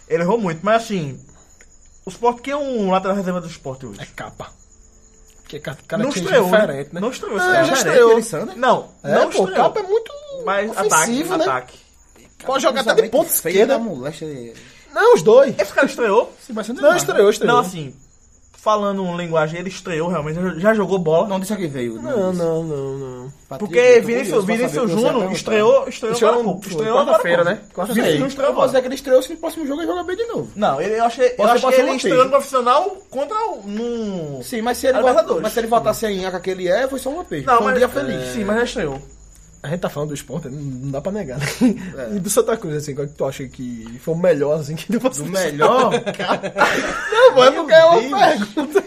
Ele errou muito, mas assim, o Sport, quem é um lateral reserva do Sport hoje?
É capa. Porque é ca-
Tá
não
característica
estreou, né?
diferente, né?
Não né? estreou.
Não,
esse
Ah, já
cara.
estreou.
Não,
É,
não
pô,
estreou.
o capa é muito
mas ataque,
ofensivo, né?
ataque.
Pode jogar
tá
até de ponta esquerda.
Moleste...
né? Não, os dois.
Esse cara estreou?
Não, estreou, estreou.
Não, assim, falando uma linguagem, ele estreou realmente, já- já jogou bola.
Não disse que veio.
Não, não, não, não.
porque Vinícius, Vinícius
tá
Júnior estreou, estreou
Estreou
agora há
no-
pouco.
foi
Estreou agora há
quarta-feira,
pouco.
né? Quarta-feira.
Vinícius Júnior estreou
Eu posso
agora.
dizer que ele estreou, se no próximo jogo ele joga bem de novo.
Não, ele, eu achei, eu
Você
acho que
passou
ele
um
estreou no
texto.
profissional contra o... Num...
Sim, mas se ele,
Ah,
volta-
Libertadores.
mas se ele voltasse sem a que ele é, foi só uma peixe.
Não,
foi um
mas,
dia feliz.
é-
Sim, mas já estreou.
A gente tá falando do esporte, né? não dá pra negar, né? E do Santa Cruz, assim, qual que tu acha que foi o melhor, assim, que deu pra
O
assistir?
melhor,
Não, mas eu quero
Deus.
uma pergunta.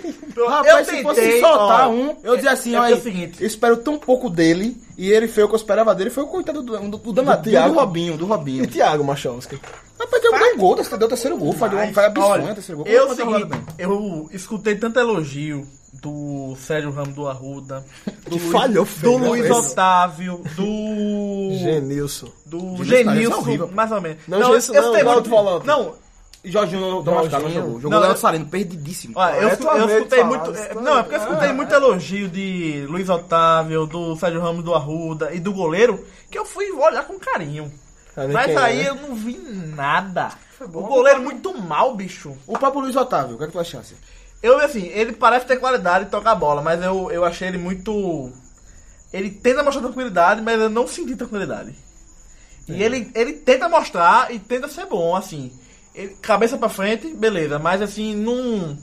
rapaz,
eu
se
tentei,
fosse soltar
ó,
um, eu dizia assim,
é
olha,
porque é o seguinte.
eu espero tão pouco dele, e ele foi o que eu esperava dele, foi o coitado do, do, do danadinho, do,
Thiago.
Robinho, do Robinho.
E Thiago Machowski?
Rapaz, deu um gol, desse- deu o terceiro gol, falhou,
É um
foi absurdo, o terceiro gol.
eu,
Mas tá
segui-
rolando bem.
eu escutei tanto elogio do Sérgio Ramos do Arruda, do, Luiz-
falhou
do
feio, né,
Luiz
esse?
Otávio, do.
Genilson. é
do
Genilson,
Genilson,
tá horrível.
mais ou menos.
Não, Genilson não,
tenho-
Lauro Volante.
Não,
E Jorginho não
Jorginho.
não machucado, não jogou. Jogou
Não,
o Léo
eu-
Salino, perdidíssimo.
olha, eu,
é
escu-
tua
eu
vez de
escutei
falar,
muito.
isso
é,
tá-
Não, é porque eu escutei muito elogio de Luiz Otávio, do Sérgio Ramos do Arruda e do goleiro, que eu fui olhar com carinho.
Pra ver
Mas
quem é,
aí
né?
eu não vi nada. o goleiro muito mal, bicho.
O próprio Luiz Otávio, o que é que tu achasse?
Eu, assim, ele parece ter qualidade de tocar a bola, mas eu, eu achei ele muito. Ele tenta mostrar tranquilidade, mas eu não senti tranquilidade. E
É.
ele, ele tenta mostrar e tenta ser bom, assim. Ele- cabeça pra frente, beleza, mas assim, não.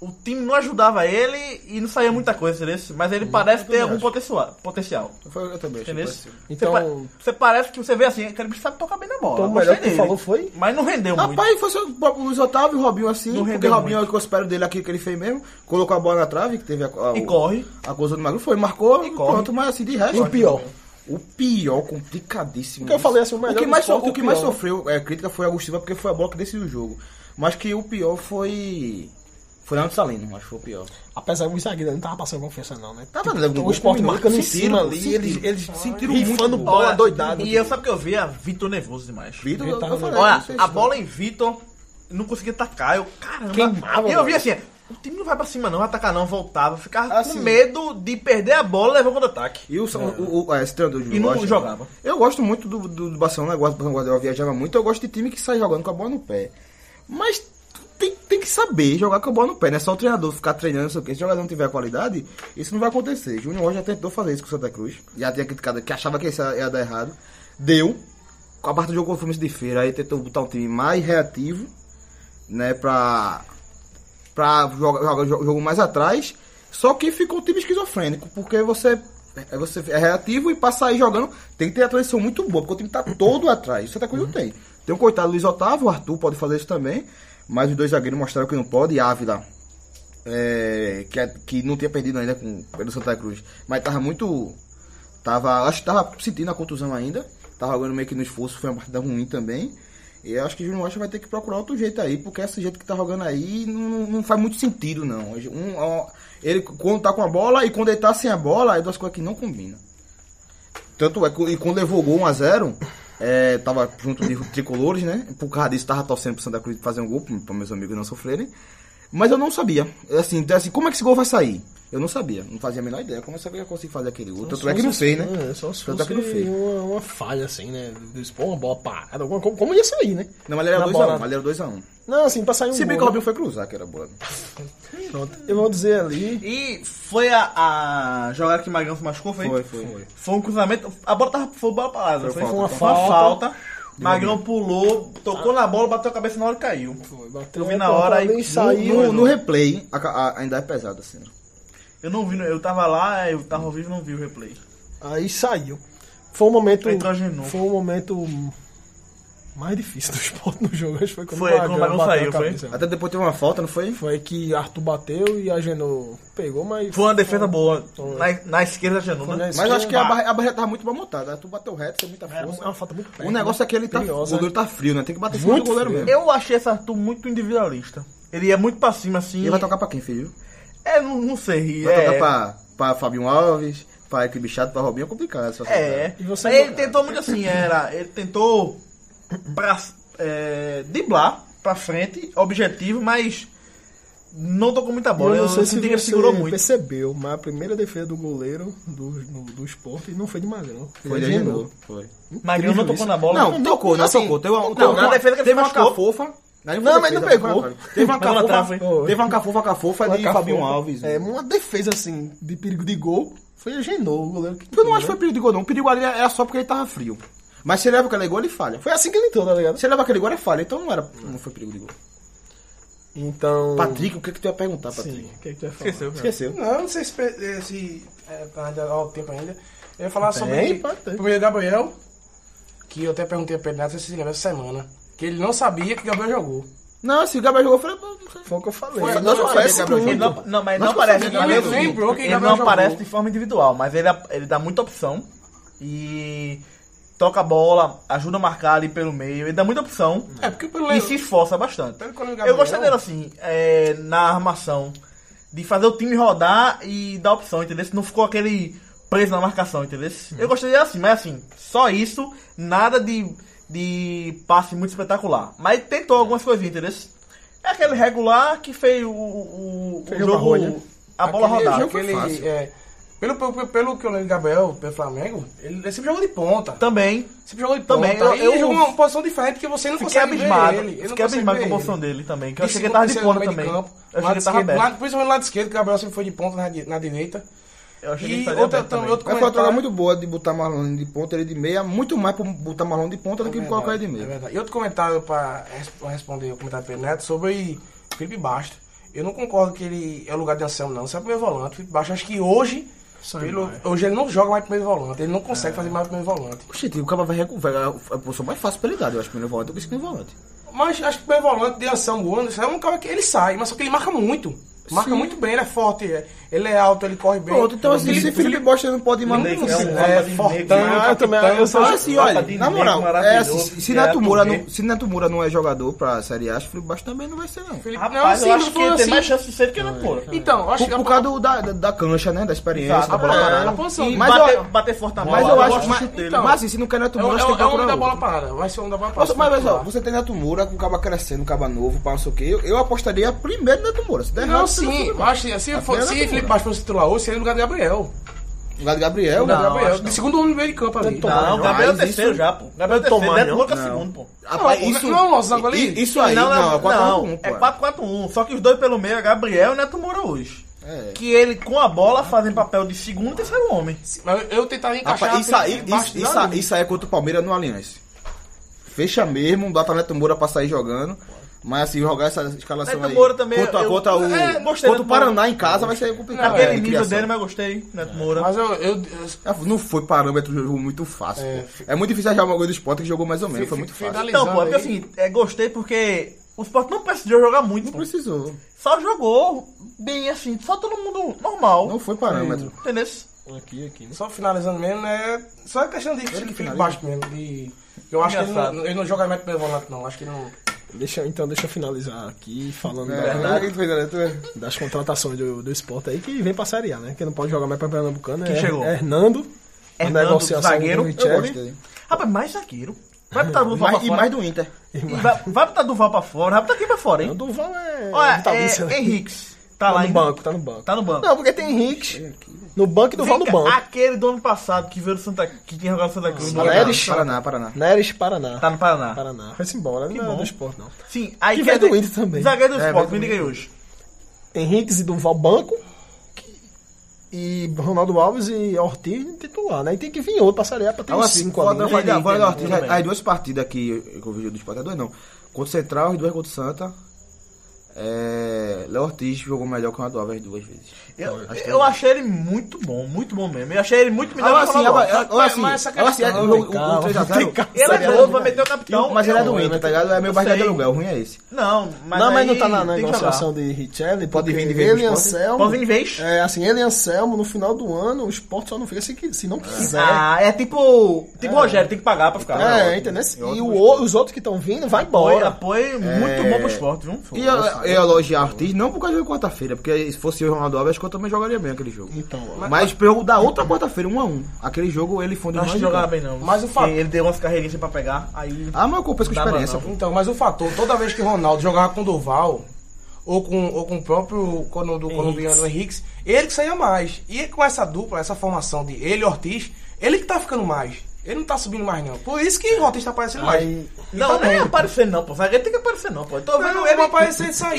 O time não ajudava ele e não saía muita coisa, entendeu? Mas
Uhum.
ele parece ter algum potencial. potencial
Foi, eu também achei
entendeu?
parecido.
Então-
Você, pa- você parece que você vê assim, aquele bicho sabe tocar bem na bola.
Então, o
gostei
melhor que tu
dele.
falou foi?
Mas não rendeu muito.
Rapaz, fosse o próprio Luiz Otávio, o Robinho assim,
Não
porque
rendeu
o Robinho
muito.
é o que eu espero dele aqui que ele fez mesmo. Colocou a bola na trave, que teve a, a,
E
o-
corre.
a coisa do Magro, foi, marcou e
corre.
pronto, mas assim, de resto.
E o pior?
O pior, complicadíssimo.
O que eu falei, assim, o melhor
que
do
mais, so-
esporte,
o que
o
mais
pior.
sofreu é, crítica foi a Agustiva, porque foi a bola que decidiu o jogo. Mas que o pior foi. Foi Leandro Salino, acho que foi o pior. Tipo,
Apesar que o zagueiro não tava passando confiança, não, né?
Tava dando
Então,
gol,
o esporte
combinado,
marcando em
sentiram,
cima ali,
sentiram.
eles, eles sentiram
Rifando
rifando
bola
bola doidada.
E eu sabe o que eu via? Vitor nervoso demais.
Vitor,
Vitor
eu, eu falei.
Olha,
não sei
a
se-
bola em Vitor não conseguia atacar. Eu, caramba.
Queimava,
E eu vi
velho.
assim, o time não vai pra cima não, vai atacar não, voltava. Ficava
Assim.
com medo de perder a bola e levar o contra-ataque.
E o, Sa- o, o, é, esse treinador de
E não
Rocha,
jogava.
Eu gosto muito do, do, do Barcelona, eu gosto do Guardiola viajava muito, eu gosto de time que sai jogando com a bola no pé. Mas tem, tem que saber jogar com a bola no pé, não é só o treinador ficar treinando, não sei o que. Se o jogador não tiver qualidade, isso não vai acontecer. Júnior Rocha já tentou fazer isso com o Santa Cruz, já tinha criticado, que achava que isso ia ia dar errado. Deu. Com a parte do jogo com o Fluminense de feira, aí tentou botar um time mais reativo, né, pra pra jogar jogar jo- jogo mais atrás. Só que ficou um time esquizofrênico, porque você é- você é reativo e pra sair jogando tem que ter a transição muito boa, porque o time tá todo atrás. Isso até coisa não tem. Tem um coitado Luiz Otávio, o Arthur pode fazer isso também, mas os dois zagueiros mostraram que não pode, e Ávila. é, que, é- que não tinha perdido ainda com pelo Santa Cruz, mas tava muito Tava, acho que tava sentindo a contusão ainda. Tava jogando meio que no esforço, foi uma partida ruim também. E eu acho que o Júnior Rocha vai ter que procurar outro jeito aí, porque esse jeito que tá jogando aí não, não- não faz muito sentido, não. Um, ó, ele quando tá com a bola e quando ele tá sem a bola, é duas coisas que não combinam. Tanto é que e quando levou o gol 1x0, é, tava junto de tricolores, né? Por causa disso, tava torcendo pro Santa Cruz fazer um gol, pra meus amigos não sofrerem. Mas eu não sabia. Assim, então, assim, como é que esse gol vai sair? Eu não sabia, não fazia a menor ideia. Como eu sabia que eu conseguia fazer aquele gol? Tanto é que não
sei,
fez, né?
Só se
Tanto é
fosse
que não fez.
uma, uma falha, assim, né? Pô, uma bola parada, alguma coisa. Como ia sair, né?
Não, mas ele era
Na
2x1,
bola-
um, ele era 2x1. Um.
Não, assim, pra sair um
Se bem que o
gol.
Robinho foi cruzar, que era boa.
Pronto. Eu vou dizer ali...
E foi a, a jogada que Magrão se machucou, foi?
Foi, foi.
Foi um cruzamento. A bola tava. Foi bola parada. Foi,
falta,
uma
foi.
falta. Magrão pulou, tocou na bola, bateu a cabeça na hora e caiu.
Foi, bateu
Eu vi na
uma
hora
patada
e-
e saiu.
No, no replay, a- a- ainda é pesado assim.
Eu não vi, eu tava lá, eu tava ao vivo e não vi o replay.
Aí saiu. Foi um momento.
Nitrogenou.
Foi um momento mais difícil do esporte no jogo. Acho que foi quando
Foi,
o Magrão
quando o Magrão
bateu a
saiu, foi?
cabeça.
Até depois teve uma falta, não foi?
Foi que Arthur bateu e a Genô pegou, mas.
Foi uma defesa boa.
Foi.
Na, na esquerda né? da
Foi na
Januna.
Mas eu acho que a
Sim,
barre- a barreira tava muito bem montada. Tu bateu reto, sem muita
É uma- é
força.
uma falta muito
O negócio é que ele tá. O
Perigosa.
goleiro tá frio, né? Tem que bater em cima do
Muito
goleiro
frio.
mesmo.
Eu achei esse Arthur muito individualista. Ele ia muito pra cima, assim.
Ele vai tocar pra quem, filho?
É, não, não sei.
Vai
é,
tocar pra, pra Fabinho Alves, pra Equipe Bichado, pra Robinho, é complicado essa
É.
E você-
Aí ele tentou muito assim, era. Ele tentou pra, é, driblar pra frente, objetivo, mas não tocou muita
Eu
bola.
não sei se
senti que
você
ele segurou muito.
percebeu, mas a primeira defesa do goleiro do, no- do esporte não foi de Magrão.
Foi
de
de
Agenor.
novo. Foi.
Magrão É não
Incrível
tocou
isso.
na bola.
Não, tocou, não
Assim,
tocou. Teve uma,
tocou.
teve
Na defesa que ele
teve uma
machucou.
cafofa. Aí
Não,
foi
mas não
defesa,
pegou.
foi pra- Teve uma
Pegou na
cafofa.
trave.
Teve uma cafofa, cafofa de
Placar
Fabinho
foi-
Alves.
É, uma defesa assim, de perigo de gol, foi a Genô, o goleiro que. né?
Eu não acho que foi perigo de gol, não. O perigo ali era só porque ele tava frio. Mas se ele leva aquele gol, ele falha. Foi
Foi assim que ele entrou, tá ligado?
Se ele leva aquele gol, ele falha. Então não era. Não foi perigo de gol.
Então.
Patrick, o que, que tu ia perguntar, Patrick?
Sim, o que, é que tu ia falar?
Esqueceu, cara.
Esqueceu.
Não, não sei se. pe- eh, se é, tá ainda- ó, o tempo ainda. Eu ia falar
Tem,
sobre.
pode ter.
Primeiro Gabriel, que eu até perguntei a Pedro Neto se ele lembra essa semana. Que ele não sabia que Gabriel jogou.
Não, se o Gabriel jogou, eu falei. pô, não sei.
Foi o que eu falei.
Foi,
Ele
nós
não
falamos
aparece
que Gabriel
Ele
muito.
não, não, mas ele
Mas
não aparece.
ele
na
lembrou
defesa.
que ele
ele
tava
não
jogando.
aparece de forma individual, mas ele, ele dá muita opção. E toca a bola, ajuda a marcar ali pelo meio. Ele dá muita opção.
É, porque pelo
E se esforça bastante.
Tanto quando o Gabriel-
Eu gostei dele assim, é, na armação. De fazer o time rodar e dar opção, entendeu? Se não ficou aquele preso na marcação, entendeu? Eu gostei dele assim, mas assim, só isso, nada de, de passe muito espetacular. Mas tentou algumas coisinhas, entendeu? É aquele regular que fez o, o, o
Fez
jogo.
uma rolha.
A bola
aquele
rodar.
jogo que ele, é, pelo, pelo, pelo que eu lembro de Gabriel, pelo Flamengo, ele, ele sempre jogou de ponta.
Também.
Sempre jogou de
Também,
ponta.
eu-
E ele
eu-
jogou uma posição diferente que você não
Fiquei
consegue
abismado.
ver ele. ele não
Fiquei
consegue
abismado
ver
com a posição
ele.
dele também. Que
De
eu achei que ele
segundo,
tava de
terceiro
ponta
meio
também.
campo,
Eu achei que
lado
ele tava
esquerdo,
aberto.
lado- Principalmente lado esquerdo, que o Gabriel sempre foi de ponta na, di- na direita.
Eu achei que ele
E
estaria
outra,
aberto
também,
também.
outro
Mas foi uma troca
comentário-
muito boa de botar Marlon de ponta, ele de meia. Muito mais pra botar Marlon de ponta do que colocar ele de
É
meia.
verdade. E outro comentário para responder o comentário do Pedro Neto sobre Felipe Bastos. Eu não concordo que ele é o lugar de Anselmo, não. Isso é o primeiro volante. Felipe Bastos, acho que hoje,
Sai
pelo-
mais.
hoje ele não joga mais primeiro volante. Ele não
É.
consegue fazer mais primeiro volante.
Oxente, o um cara vai recuperar. É a posição mais fácil pra ele dar, eu acho, primeiro volante é do que segundo volante.
Mas acho que o primeiro volante de Anselmo Anderson é um cara que ele sai, mas só que ele marca muito. Marca muito bem, ele é forte, é- ele é alto, ele corre bem.
Pronto, então assim, se Felipe Bosta não pode ir mais.
Ele
não
é um
consigo.
cara
é,
de
fortão,
negro,
Ah, eu também. Eu sou.
Ah, assim, olha,
Papadinho
na
negro
moral, é
maravilhoso,
assim, se, se
que
Neto
é
Moura
atender.
não, se Neto Moura não é jogador pra Série A, acho que Felipe Bastos também não vai ser, não.
Felipe,
Rapaz,
não,
eu
assim,
acho que ele
assim,
tem mais chance de ser do que na porra.
Então, eu acho
Por,
que
por causa do- da, da, da cancha, né? Da experiência,
Exato,
da bola
é,
parada.
da posição.
E-
Mas
mas,
bater,
eu,
bater forte na bola.
mas eu acho.
gosto
Mas,
do chute dele.
mas assim, se não quer Neto
é, o-
Moura,
é,
você tem que
o- é o homem
procurar
da
outro.
bola parada, vai ser o homem da bola
Mas,
parada.
mas olha só, você tem Neto Moura, com o cabo crescendo, um cabo novo, pá, não sei o quê. Eu apostaria primeiro Neto Moura. Se der
Não,
errado,
sim,
Neto
eu
Moura.
acho que se,
A primeira é
for, se
a
Felipe
primeira.
Bastos fosse titular hoje, seria no lugar do Gabriel.
O lugar do Gabriel,
No lugar do
Não,
Gabriel.
acho
De segundo homem no meio de campo ali.
Não,
Não, o Gabriel é o
mas
terceiro
isso-
já, pô. O Gabriel é o terceiro,
Tomar,
Neto
não.
Moura é o
Não.
segundo, pô.
Rapaz,
Ah,
isso,
não, não, Zango ali.
i- Isso aí, não, é 4x1, pô.
é 4-4-1. Só que os dois pelo meio é Gabriel e Neto Moura hoje.
É.
Que ele com a bola fazem papel de segundo e terceiro homem.
Mas eu tentaria encaixar.
Rapaz, isso aí,
Felipe Bastos
isso, isso,
na
aí- isso aí é contra o Palmeiras no Aliança. Fecha mesmo, dá pra Neto Moura pra sair jogando. Mas assim, jogar essa escalação
Neto
aí
Moura também,
contra,
eu-
contra o,
é, gostei
contra
do
o
Neto
Paraná em casa vai ser complicado.
Aquele
né, de
nível
criação. Ah,
dele, mas eu gostei, Neto Moura.
Mas eu, eu, eu
Não né? foi parâmetro de jogo muito fácil. pô.
É,
É,
fi-
muito difícil achar uma gol do Sport que jogou mais ou menos.
fi-
foi muito
fi-
fácil.
finalizando
então, pô, é porque
aí.
assim, é, gostei porque o Sport não precisou jogar muito,
Não
pô.
precisou.
Só jogou bem assim, só todo mundo normal.
Não foi parâmetro.
Entendeu?
Aqui, aqui, né?
Só finalizando mesmo, né? Só a questão de Felipe
finaliza.
Bastos mesmo. De, eu acho que ele
Engraçado.
não, ele não joga mais primeiro volante, não. Acho que ele não.
Deixa, então, deixa eu finalizar aqui falando da-
É, verdade.
das contratações do, do esporte aí que vem pra Série A, né? Que não pode jogar mais pra Pernambucano.
Quem
é,
chegou?
É Hernando. a
Hernando,
negociação
zagueiro.
com o
Eu
Richelli.
gostei.
é Rapaz, mais zagueiro. Vai botar do Duval pra
Mais, e mais
fora.
do Inter.
Vai, vai botar Duval pra fora. Vai botar quem pra fora,
O
hein?
Duval é.
Olha,
tá,
é,
tá
Henriques. Tá lá
no
ainda.
banco, tá no banco.
Tá no banco.
Não, porque tem Henrique no banco e Duval no
Vem cá, Ah.
banco.
Aquele do ano passado que veio do Santa que tinha jogado Santa Cruz.
é
no
Paraná,
Paraná.
Neres.
Paraná, Paraná.
Neres, Paraná.
Tá no Paraná.
Paraná. Vai-se embora, não
bom.
é do esporte, não.
Sim, aí
Que
quer
veio do
dizer-
Inter também.
Zagueiro do
É,
esporte, me
veio do
liga aí hoje.
Henriques e Duval banco. E Ronaldo Alves e Ortiz titular, né? E tem que vir outro pra Série A pra ter
Então,
uns
assim,
5 ali.
agora,
né?
agora, agora,
Entendi,
Ortiz,
tudo bem.
as duas partidas que eu que eu vi do esporte, as duas não. Contra o Central, as duas contra o Santa. É, Léo Ortiz jogou melhor que o Ronaldo Alves duas vezes.
Eu,
é
eu achei ele muito bom, muito bom mesmo. Eu achei ele muito melhor
Agora
assim,
que o
Ah, sim,
Ronaldo.
agora agora
Mas-
sim,
mas essa
agora assim, é um sim,
questão-
o- o- o
Tem calma,
3x0.
tem calma.
Ele é
Seria
novo,
bom,
vai meter o
Então,
capitão.
mas ele é do
Eu-
Inter, tá ligado? É meu
eu
barriga
sei.
de aluguel, o ruim é esse.
Não, mas
não, mas
aí
não tá na
tem
na
que jogar.
negociação de Richelli.
Pode vir de
porque
vez
Ele e
no esporte.
Anselmo.
Pode vir de vez.
É, assim, ele e Anselmo, no final do ano, o esporte só não fica se, qui- se não quiser.
Ah, é tipo. Tipo Rogério, tem que pagar pra ficar.
é, entendeu? E o o- os outros que estão vindo, vai
Apoio,
embora.
apoio muito bom pro esporte, viu?
E eu, eu elogiar Ortiz não por causa de quarta-feira, porque se fosse o Ronaldo Alves, acho que eu também jogaria bem aquele jogo.
Então, ó.
Mas pra eu da outra quarta-feira, um a um. Aquele jogo ele foi um dos
Não acho
mais
que
de
jogava
campo.
bem, não.
Mas o fato-
Ele deu umas carreirinhas pra pegar, aí.
Ah, mas eu compenso com
Dava
experiência.
não.
pô.
Então, mas o fator, toda vez que Ronaldo jogava com Duval, ou com, ou com o próprio colo- do colombiano Henrique, ele que saía mais. E com essa dupla, essa formação de ele e Ortiz, ele que tá ficando mais. Ele não tá subindo mais, não. Por isso que o Ortiz tá aparecendo mais.
Aí-
Não, não é aparecer não, pô. Zagueiro tem que aparecer não, pô. Eu Tô
Tá
vendo
vendo
ele
ele aparecer de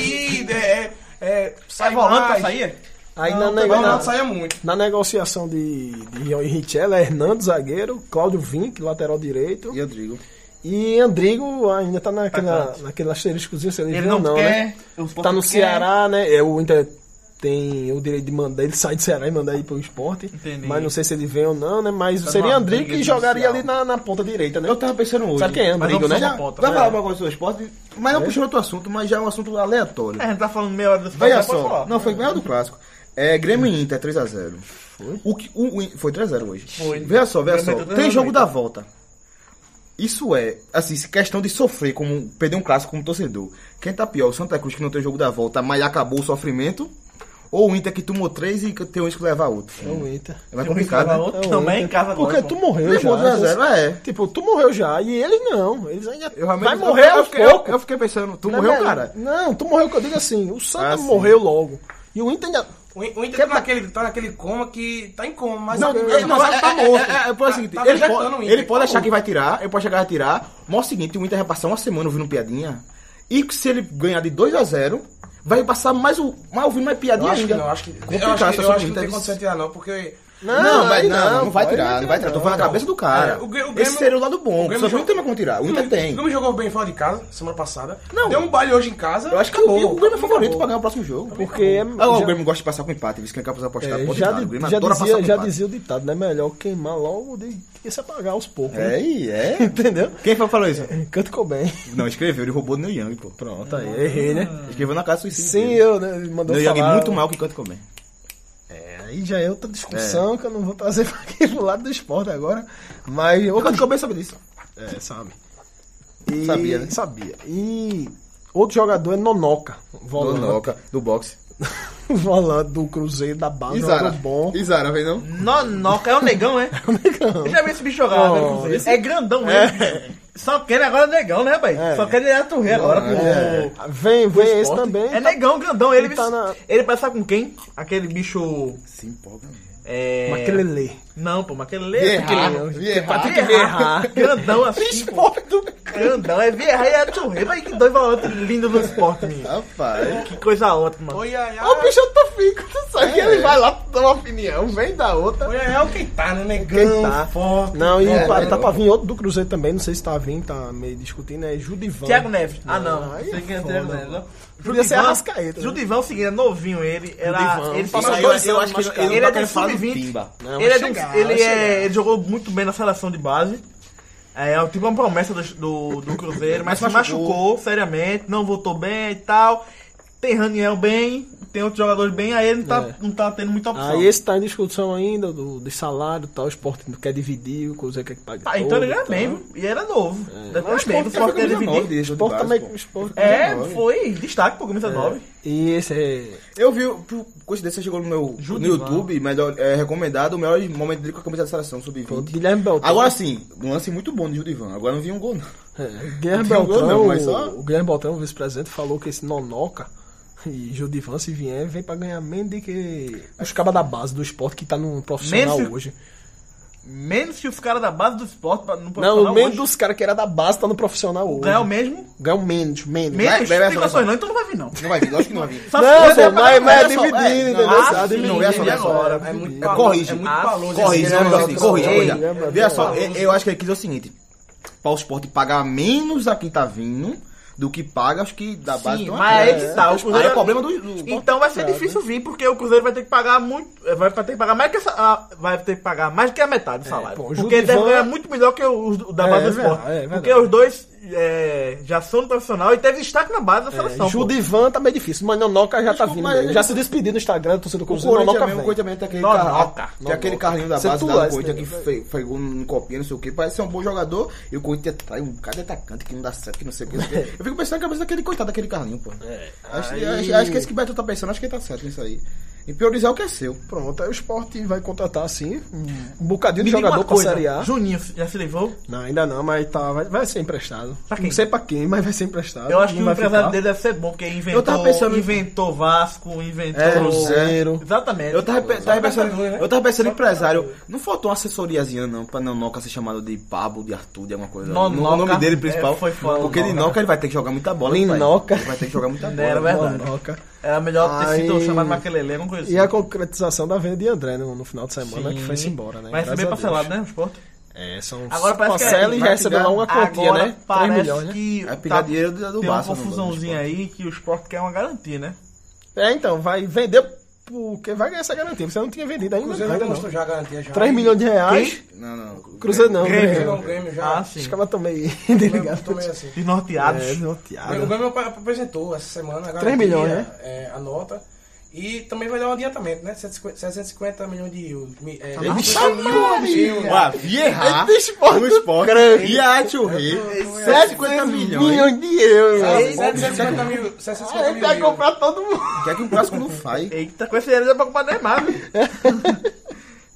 sair, é, é, é,
sai
sai
volante pra
mais.
sair.
Aí
Não,
na,
também
nego-
não,
na-
saia muito.
na negociação de, de Rion e Richelli, é Hernando, zagueiro, Cláudio Vinck, lateral direito.
E Rodrigo.
E Andrigo ainda tá naquela,
Atacante.
naquele asteriscozinho, se ele,
Ele
vem ou
não
não,
quer,
né?
o Sport
Tá
não
no
quer.
Ceará, né? É, o Inter tem o direito de mandar, ele sai do Ceará e mandar ir pro esporte.
Entendi.
Mas não sei se ele vem ou não, né? Mas
Tá
seria
numa
Andrigo
briga
que jogaria
judicial.
ali na, na ponta direita, né?
Eu tava pensando hoje.
Sabe quem é
Mas não
Andrigo, né?
precisa
Já,
na ponta,
vai
né?
falar alguma coisa sobre o esporte, mas não puxando outro assunto, mas já é um assunto aleatório.
É, a gente tá falando meia hora do esporte,
Veja
mas pode
só,
falar.
não, foi ganhar do clássico. É, Grêmio e Inter, 3x0. Foi? O que, o, o- foi 3x0 hoje.
Foi.
Veja só, veja
Grêmio
só.
entrou
Tem
3x0
jogo
no Inter.
da volta. Isso é, assim, se questão de sofrer, como perder um clássico como torcedor. Quem tá pior, o Santa Cruz que não tem jogo da volta, mas acabou o sofrimento, ou o Inter que tomou 3 e que tem um que levar outro.
É o Inter.
É mais
Tem um risco
complicado,
pra
né?
outro.
É o
Também
Inter.
em casa
Porque
agora,
tu
Tá pô.
morreu
Levou
já.
2 a 0, é.
Tipo, tu morreu já. E eles não. Eles ainda.
Eu
vai
realmente-
morrer
eu,
aos
fiquei- eu,
poucos.
eu fiquei pensando, tu
Não,
é
morreu,
não,
cara.
Não, tu morreu, que eu digo assim. O Santa
Ah, sim.
morreu logo. E o Inter ainda.
O In- o Inter tá naquele, tá naquele coma que tá em coma, mas
Não,
mas
ele não,
mas
é,
tá
é,
morto.
é, é, é, pelo seguinte,
tá
ele,
projetando o
pode,
Inter,
ele pode
tá
achar que vai tirar, ele pode chegar a tirar, mas é o seguinte, o Inter vai passar uma semana ouvindo piadinha, e se ele ganhar de 2 a 0 vai passar mais, o, mais ouvindo mais
Eu
piadinha
acho que
ainda.
não, acho que, eu
Complicado
acho
essa
que, eu acho
situação
que não
do
tem
Inter.
condição de tirar, não, porque.
Não, mas
aí
não, não, vai
pô, aí
tirar, não vai tirar. Tô falando a cabeça do
É,
cara.
o Grê- o Grêmio-
Esse seria o lado
o
bom.
Grêmio
Só que
joga-
não tem mais como tirar. O Inter
O
tem.
Grêmio jogou bem fora de casa semana passada.
Não.
Deu um baile hoje em casa.
Eu acho que
acabou.
o Grêmio é favorito
Acabou.
pra ganhar o próximo jogo.
Porque. é-
Ah, o tá
já-
Grêmio gosta de passar com empate, eles querem que a pessoa apostar,
É,
pode
já,
tirar.
di-
O Grêmio
já
adora passar
dizia,
com
já
empate.
dizia o ditado, né? Melhor queimar logo do que se apagar aos poucos. né?
É, e é.
Entendeu?
Quem foi que falou isso?
Canto com bem.
Não, escreveu, ele roubou do Neil Young, pô.
Pronto, aí, errei, né?
Escreveu na casa do suicídio.
Sim,
dele.
eu, né? ele Mandou
Neil Young
falar.
muito mal que canta comer.
Aí já é outra discussão que eu não vou trazer pra aqui pro lado do esporte agora. Mas.
O
eu
Canto Comer sabe disso.
É, sabe. E-
Sabia, né?
Sabia. E outro jogador é Nonoca.
Do
Volante.
Noca, do boxe.
volante do Cruzeiro da base.
Isara.
jogador bom.
Isara, vem não?
Nonoca é um negão, é?
Negão.
Eu já vi esse bicho jogar lá,
Não,
velho, inclusive.
esse-
É grandão mesmo. Só quer ele agora negão, né, rapaz?
É.
Só quer ele aturrer agora. pro-
É, vem, vem esse
esporte.
também. tá
É negão, grandão. Ele,
ele tá na-
ele parece sabe com quem? Aquele bicho.
Se empolga. mesmo.
É...
Maquelele.
Não, pô, aquele
Vieira, Vieira.
Vieira. Grandão assim. pô. Grandão, é Vieira e aturrer. Vai que dois volantes lindos do esporte, menino.
Rapaz.
Que coisa ótima.
Oi, ai, ai.
O bicho tá fico, tu sabe?
É.
que
É.
Ele vai lá, dá uma opinião, vem da outra.
Oi, ai, ai, o que tá, né?
Quem
Negão.
tá?
forte.
Não, e
É,
tá,
né?
tá pra vir outro do Cruzeiro também, não sei se tá vindo, tá meio discutindo, é Judivan.
Thiago Neves. Ah, não.
Aí
Sei quem é
é
Thiago
foda,
Neves, não.
Podia ser
Judivan-
Arrascaeta, né?
Judivan é o seguinte, é novinho ele. Era,
Judivan.
ele
Passou
passou
dois
dois anos machucado. Ele é do sub-20.
Não, vai
Ele, é do-
chegar, vai
ele,
chegar.
é, ele jogou muito bem na seleção de base. É, é tipo uma promessa do, do, do Cruzeiro, mas se machucou seriamente, não voltou bem e tal. Tem Raniel bem, tem outros jogadores bem, aí ele não tá,
É.
não tá tendo muita opção.
Aí esse tá em discussão ainda, do, de salário e tal, o esporte não quer dividir, o Cruzeiro quer que pague
Ah, então
todo
ele
e
ganha
tal.
bem, viu? e era novo. Deve
Mas
ganhar bem,
o
o Sport
Sport
fica
quer
com 19
dividir.
O
Deixa de
esporte
base,
também.
pô.
O esporte
É,
19.
foi destaque pro
É.
Camisa 9.
E esse é.
Eu vi, por coincidência, chegou no meu no
Judival.
YouTube, melhor, é, recomendado o melhor momento dele com a camisa da seleção
Pronto,
sub-20.
Guilherme Beltrão.
Hum. Agora sim, um lance muito bom de Judivan. Agora não vi um gol, não.
É, Guilherme
Não tem gol,
Beltrão,
não, mas só-
o Guilherme Beltrão, o vice-presidente, falou que esse Nonoca e Judivan, se vier, vem pra ganhar menos do que os cabas da base do esporte que tá no profissional
Menos-
hoje.
Menos que os caras da base do esporte pra- não pode
Não,
falar
o menos
tá hoje.
dos caras que era da base tá no profissional hoje.
Ganhar o mesmo.
Ganhar o menos, menos.
Menos
vai, vai,
explicações,
vai.
não, então não vai vir, não.
Não vai vir, lógico que não vai vir.
Só
Não,
se for-
pô, mas, mas é
olha só, é,
dividindo, entendeu?
não,
Tá
ah, sim,
dividindo.
não, olha só,
ele
olha só.
agora.
É muito
É
valor,
corrige.
é muito
Ah,
valor.
Corrige, né,
esse
não,
negócio
não,
de
corrige.
correr.
olha.
Guilherme
Veja
Beltrão.
só, eu, eu acho que ele quis dizer o seguinte: para o esporte pagar menos a quem tá vindo do que paga os que da base
Sim,
estão
mas
aqui.
aí que tá. O
Aí
Cruzeiro
é problema do. do
Então vai ser difícil vir, porque o Cruzeiro vai ter que pagar muito. eh, Vai ter que pagar mais que essa, ah, Vai ter que pagar mais que a metade do salário.
É, pô, o
porque ele
Judivan-
deve ganhar muito melhor que os do- da
É,
base
é
do esporte.
verdade, é verdade.
porque os dois eh, já são do profissional e teve destaque na base da seleção. pô.
Judivan tá meio difícil, mas Nonoca já tá
Desculpa,
vindo.
mas-
mesmo. Já se despediu no Instagram do torcedor do
O
Cruzeiro.
Corinthians
Nonoca
mesmo, o
vem.
Corinthians mesmo tem aquele,
Nonoca,
carro, tem
Nonoca.
aquele carrinho da
Você
base
tu
lá
é
do Corinthians que
esse
fe- pegou num copinha, não sei o que, parece ser um bom jogador, e o Corinthians trai um cara de atacante que não dá certo, que não sei o que. Eu fico pensando na cabeça daquele coitado daquele carrinho, pô. Acho,
aí-
acho- acho que esse que o Beto tá pensando, acho que ele tá certo nisso aí. E priorizar o que é seu.
Pronto, aí o esporte vai contratar assim um bocadinho
Me
de
diga
jogador
uma
pra Série
coisa.
A.
Juninho já se livrou?
Não, ainda não, mas tá, vai, vai ser emprestado.
Pra quem?
Não sei pra quem, mas vai ser emprestado.
Eu acho que
Não
o
vai
empresário
ficar.
dele deve ser bom, porque inventou,
tava pensando em-
inventou Vasco, inventou
É,
Cruzeiro.
Exatamente.
Eu tava, pe- tava pensando,
Libertadores, né?
eu tava pensando em empresário. Não faltou uma assessoriazinha, não, pra Nonoca ser chamado de Pablo, de Arthur, de alguma coisa.
Nonoca.
No- o nome dele principal.
É, foi foda.
porque ele Nonoca é ele vai ter que jogar muita bola. hein, pai?
Linoca.
Ele vai ter que jogar muita
Não, era
bola.
é verdade.
Nonoca.
Era melhor ter sido
Aí-
chamado Maquelele, alguma coisa assim.
E a concretização da venda de André no, no final de semana,
Sim.
que foi-se embora, né?
Vai ser bem
Graças a Deus.
parcelado, né? O esporte.
É, são
Agora parece que é-
parcela e
vai
já recebeu lá uma quantia,
Agora
né? 3
parece
milhões, né?
que tá-
Vai pegar dinheiro É do- do
tem
Barça, né,
uma
não,
confusãozinha
do
aí que o Sport quer uma garantia, né?
É, então, vai vender porque vai ganhar essa garantia. Você não tinha vendido ainda,
O Cruzeiro já
ainda não.
demonstrou já a garantia já.
3 milhões de reais.
Não, não.
Cruzeiro não, né?
Grêmio.
Pegou
Grêmio.
o Grêmio já.
Ah, sim.
Os caras estão meio
Eu
desligados.
Tomei assim.
Desnorteados.
tá É,
O
desnorteado.
Grêmio apresentou essa semana a
Três
garantia,
milhões, né?
é, a nota. E também vai dar um adiantamento, né? 150 650 milhões de euros. Mi- É,
Ele
não,
está
milhões de euros.
O Avierra,
Ele tem esporte
o esporte
grande.
e a Tchurri, 150 milhões.
Milhões um de euros.
Ah,
Aí
750 mil. 750
ele
mil.
vai
euros.
comprar todo mundo.
Quer que o clássico não faz?
Eita, com esse dinheiro dá pra comprar Neymar, viu?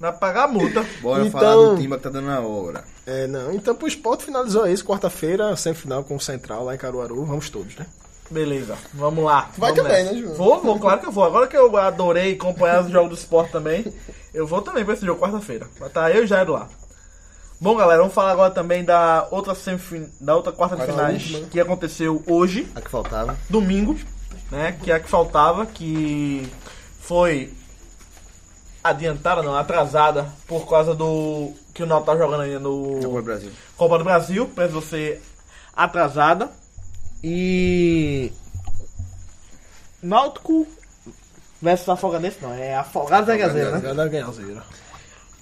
Vai pagar a multa.
Bora
Então-
falar do time que tá dando na hora.
É, não. Então, pro esporte finalizou isso. Quarta-feira, semifinal com o Central lá em Caruaru. Vamos todos, né?
Beleza, vamos lá.
vai
vamos
também,
nessa.
né, João?
Vou, vou, claro que eu vou. Agora que eu adorei acompanhar os jogos do esporte também, eu vou também pra esse jogo quarta-feira. Vai estar eu e Jairo lá. Bom, galera, vamos falar agora também da outra, semifin... da outra quarta de
Vai lá,
finais
última, né?
que aconteceu hoje.
A que faltava.
domingo, né? Que é a que faltava, que foi adiantada, não, atrasada, por causa do. que o Náutico tá jogando ainda
Copa
no
do Brasil.
Copa do Brasil, precisou ser atrasada. E. Náutico versus Afogadense, não, é Afogados da Gazeira, né?
Já dá Tá ganhar o zero.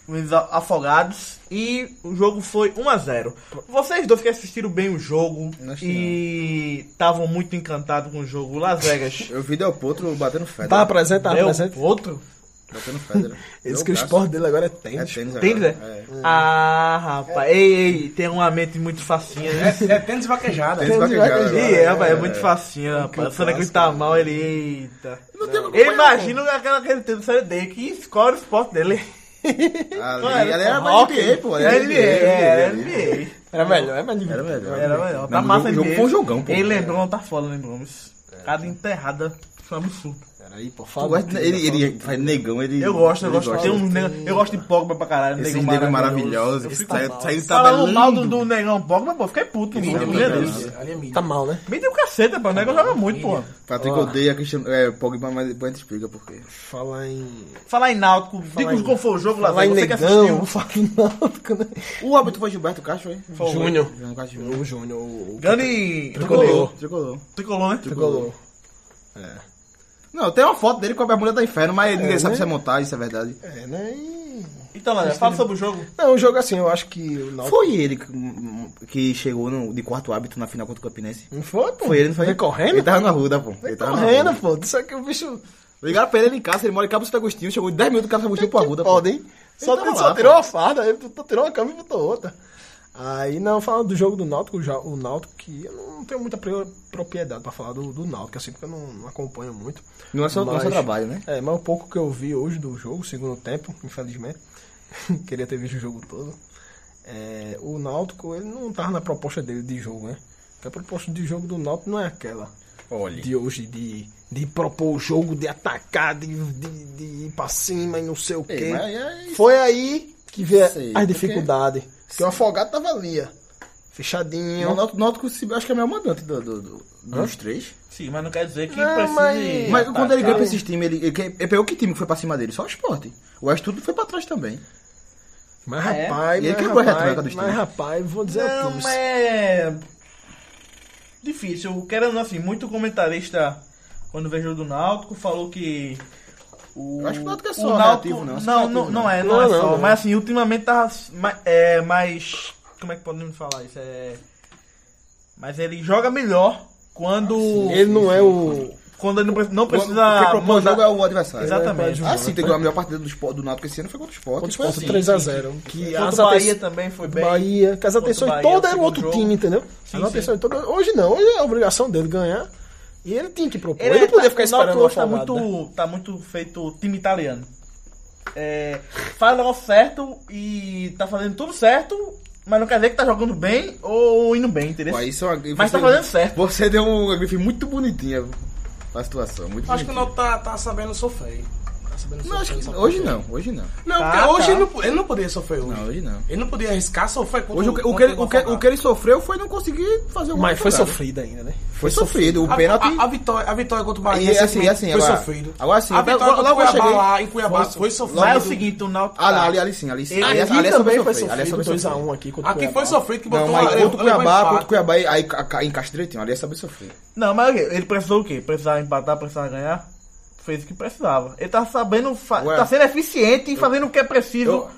Os a- afogados e o jogo foi 1 a 0. Vocês dois que assistiram bem o jogo
Nós
e estavam muito encantados com o jogo Las Vegas.
Eu vi Del Potro batendo Federer.
Tá presente, tá
Deu
presente.
outro?
Batendo Federer.
Esse
Meu
que o
braço.
esporte dele agora é
É
tênis.
tênis
Tênis,
agora.
é?
É.
Ah, rapaz. Ei, ei, tem uma mente muito facinha, né?
É, é tênis vaquejado.
Tênis vaquejado agora.
Ih, é, rapaz, é muito facinho, rapaz. Só que ele tá mal, ele. Eita. Eu imagino aquela que ele tem do Série D, que escolhe o esporte dele.
Ali, ali era mais
Hockey.
NBA, pô.
Era NBA, era
ali.
NBA.
Era melhor, é mais
Era
divertido.
melhor. né?
Era melhor. Tá
Não,
massa
o jogo
NBA.
foi um jogão, pô. É.
Ele lembrou, tá foda, lembrou. mas Cada enterrada foi um absurdo.
Peraí, pô,
Tu
fala.
gosta- Ele, ele faz negão, ele.
Eu gosto, eu
ele
gosto.
gosta.
Tem um negão, eu gosto de Pogba pra caralho. um
Esses
negão
negros
maravilhoso.
maravilhosos.
Eu
que
fico
saem-
mal.
Saem
Falando mal do, do
tabelando.
negão Pogba, pô, fiquei puto.
Mídia,
mano,
mídia,
Meu Deus.
mídia. Ali é mídia.
Tá mal, né?
Me deu caceta, pô. O negão joga muito, pô.
Patrick odeia Cristiano. É, Pogba, mas depois a gente explica por quê.
Falar em.
Falar em Náutico, diga
em-
como foi o jogo lá,
Falar
você
em
que
negão,
assistiu.
falar em náutico, né?
O árbitro foi Gilberto Castro, hein?
Foi.
Júnior.
Gilberto Castro.
O Júnior. o- o-
Grande
Tricolor.
Tricolor.
tricolor, né?
Tricolor.
Não, tem uma foto dele com a bermuda da inferno, mas ninguém sabe
né?
se é montagem, se é verdade.
É, né? E...
Então, Léo, fala sobre o jogo.
Não, o jogo assim, eu acho que o Náutico...
Foi ele que, que chegou no- de quarto hábito na final contra o Campinense.
Não foi, tá- pô?
Foi ele, não foi?
Vem correndo?
Ele tava na ruda, pô.
Vem
Ele tava na
correndo,
Ruda.
pô. Só que o bicho...
Ligaram pra ele, ele em casa, ele mora em Cabo Santo Agostinho, chegou em 10 minutos do Cabo Santo Agostinho pra ruda, pô.
Foda, hein? Só,
tava
só
lá, pô.
tirou uma farda, aí tu tirou uma cama e botou outra. Aí, não, falando do jogo do Náutico, o ja- o Náutico que eu não tenho muita pro- propriedade pra falar do, do Náutico, assim, porque eu não, não acompanho muito.
Não é só- não é só trabalho, né?
É, mas o pouco que eu vi hoje do jogo, segundo tempo, infelizmente, queria ter visto o jogo todo. É, o Náutico, ele não tava na proposta dele de jogo, né? Porque a proposta de jogo do Náutico não é aquela
Olha.
de hoje de, de propor o jogo, de atacar, de, de, de ir pra cima e não sei o quê.
mas é isso.
Foi aí que veio
Sei,
as
porque-
dificuldades. Porque o afogado tava ali, ó,
E o
fechadinho.
Náutico- Náutico, se- acho que é o maior mandante do- do- do- dos três.
Sim, mas não quer dizer que
Não,
precise.
mas-
Mas
atacar.
quando ele ganhou pra esses times, ele, ele, ele pegou que time que foi pra cima dele? Só o Sport. O resto tudo foi pra trás também.
Mas
É.
rapaz,
E ele
mas
quebrou a retranca
rapaz,
dos
mas
times.
rapaz, vou dizer a
Não,
tu,
mas é. Difícil. Querendo assim, muito comentarista, quando vejo o do Náutico, falou que. O,
Eu acho que o Náutico é só reativo, não. É só
Não,
reativo,
não,
não.
não é, não,
Não,
é
não,
só.
não.
Mas assim, ultimamente tá mais, é, mais. Como é que podemos falar isso? É. Mas ele joga melhor quando.
ele não é o
Quando ele não pre- não
O que
precisa.
propõe o
mandar-
jogo é o adversário.
Exatamente.
Ah, sim, tem que a melhor partida do, Sport- do Náutico esse ano foi contra o Sport.
Contra o
Foi
Sport,
assim.
3 a 0 que
Contra
as
o Bahia
atenções-
também foi bem.
Bahia, que as
Contra o
atenções
Bahia, um
todas
o
eram outro
segundo
time,
jogo.
entendeu?
Sim,
as
sim.
atenções todas, hoje não, hoje é a obrigação dele ganhar. E ele tinha que propor, ele,
é-
não podia
tá-
ficar
o
esperando
Náutico
o
hoje tá
afogado, né?
muito, tá muito feito time italiano. É, faz o negócio certo e tá fazendo tudo certo, mas não quer dizer que tá jogando bem ou indo bem, entendeu?
Pô, aí isso é uma-
Mas
você-
tá fazendo certo.
Você deu uma grife muito bonitinha pra situação. Muito
Acho que o
bonitinha.
Náutico tá, tá sabendo sofrer. Tá sabendo
Não, acho
sofrer.
que-
essa
hoje
porra.
não, hoje não.
Não,
Tá,
porque hoje
tá.
ele não, ele não poderia sofrer hoje.
Não, hoje não.
Ele não podia arriscar sofrer contra
Hoje o que, o que ele, o que- o que
Afogado.
ele sofreu foi não conseguir fazer o gol
Mas
do
foi
Flamengo.
sofrido ainda, né?
Foi sofrido. O pênalti.
A, a, a, vitória, a vitória contra o
Aí,
Bahia
assim,
recentemente
assim,
foi
agora-
sofrido.
agora assim,
a vitória
logo-
contra
logo eu
Cuiabá
cheguei-
lá em Cuiabá foi,
Mas é o
sofrido.
seguinte, o Náutico...
Ah, não, ali, ali sim, ali sim. Ali,
Ele
ali é só
também
sofrer,
foi
ali é só
sofrido,
sofrer.
2x1 aqui contra o
Aqui foi
Cuiabá.
sofrido que botou
Não, mas
lá-
contra o
levou
Cuiabá,
empate.
contra o Cuiabá e- aí ca- ca- em Castretinho, ali é saber sofrer.
Não, mas ele precisou o quê? Precisava empatar, precisava ganhar? Fez o que precisava. Ele tá sabendo... fa-
Ué.
tá sendo eficiente e fazendo o que é preciso.
eu-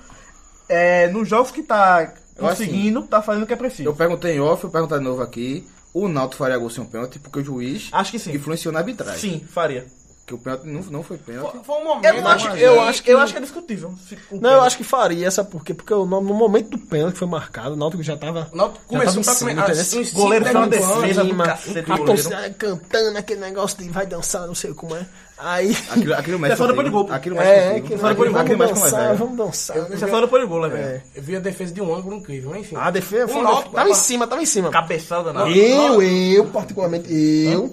É, nos jogos que tá
Eu, assim,
conseguindo, tá fazendo o que é preciso.
Eu perguntei em off, eu pergunto de novo aqui. O Náutico faria gol sem um pênalti porque o juiz
Acho que sim.
influenciou na arbitragem.
Sim, faria.
Porque o pênalti não, não foi pênalti.
Foi- Foi um momento.
Eu acho,
né?
eu, acho que, eu acho que é discutível. se- o
Não, eu
pênalti.
acho que faria essa porque, porque no, no momento do pênalti que foi marcado, o Náutico já tava.
O Náutico começou
já
pra-
tava em
a-
cima, entendeu?
sim,
Goleiro fez uma
Cinco,
defesa do
Cima,
cacete do
a
goleiro.
torcida cantando aquele negócio de vai dançar, não sei como é. Aí.
Aquilo, aquilo mexe
É só depois
comigo.
do gol.
Aquilo mexe
É, é,
comigo.
que
Fala
aquele-
com ele,
vamos
mexe com mais
dançar,
velho.
vamos dançar. né?
Isso é só no pôr gol, né, velho?
Eu vi a defesa de um ângulo incrível, mas enfim.
A defesa foi.
O Náutico
Tava Um tá em
tava-
cima, tava em cima.
Cabeçada né? na.
Eu, eu, particularmente, eu.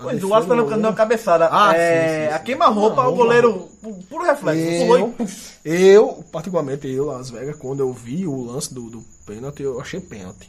Pois o Aston não deu uma cabeçada.
Ah,
é,
sim, sim,
A queima-roupa, o goleiro, pu- puro reflexo. Pulou e
Eu,
puf.
eu, particularmente, eu, Las Vegas, quando eu vi o lance do, do pênalti, eu achei pênalti.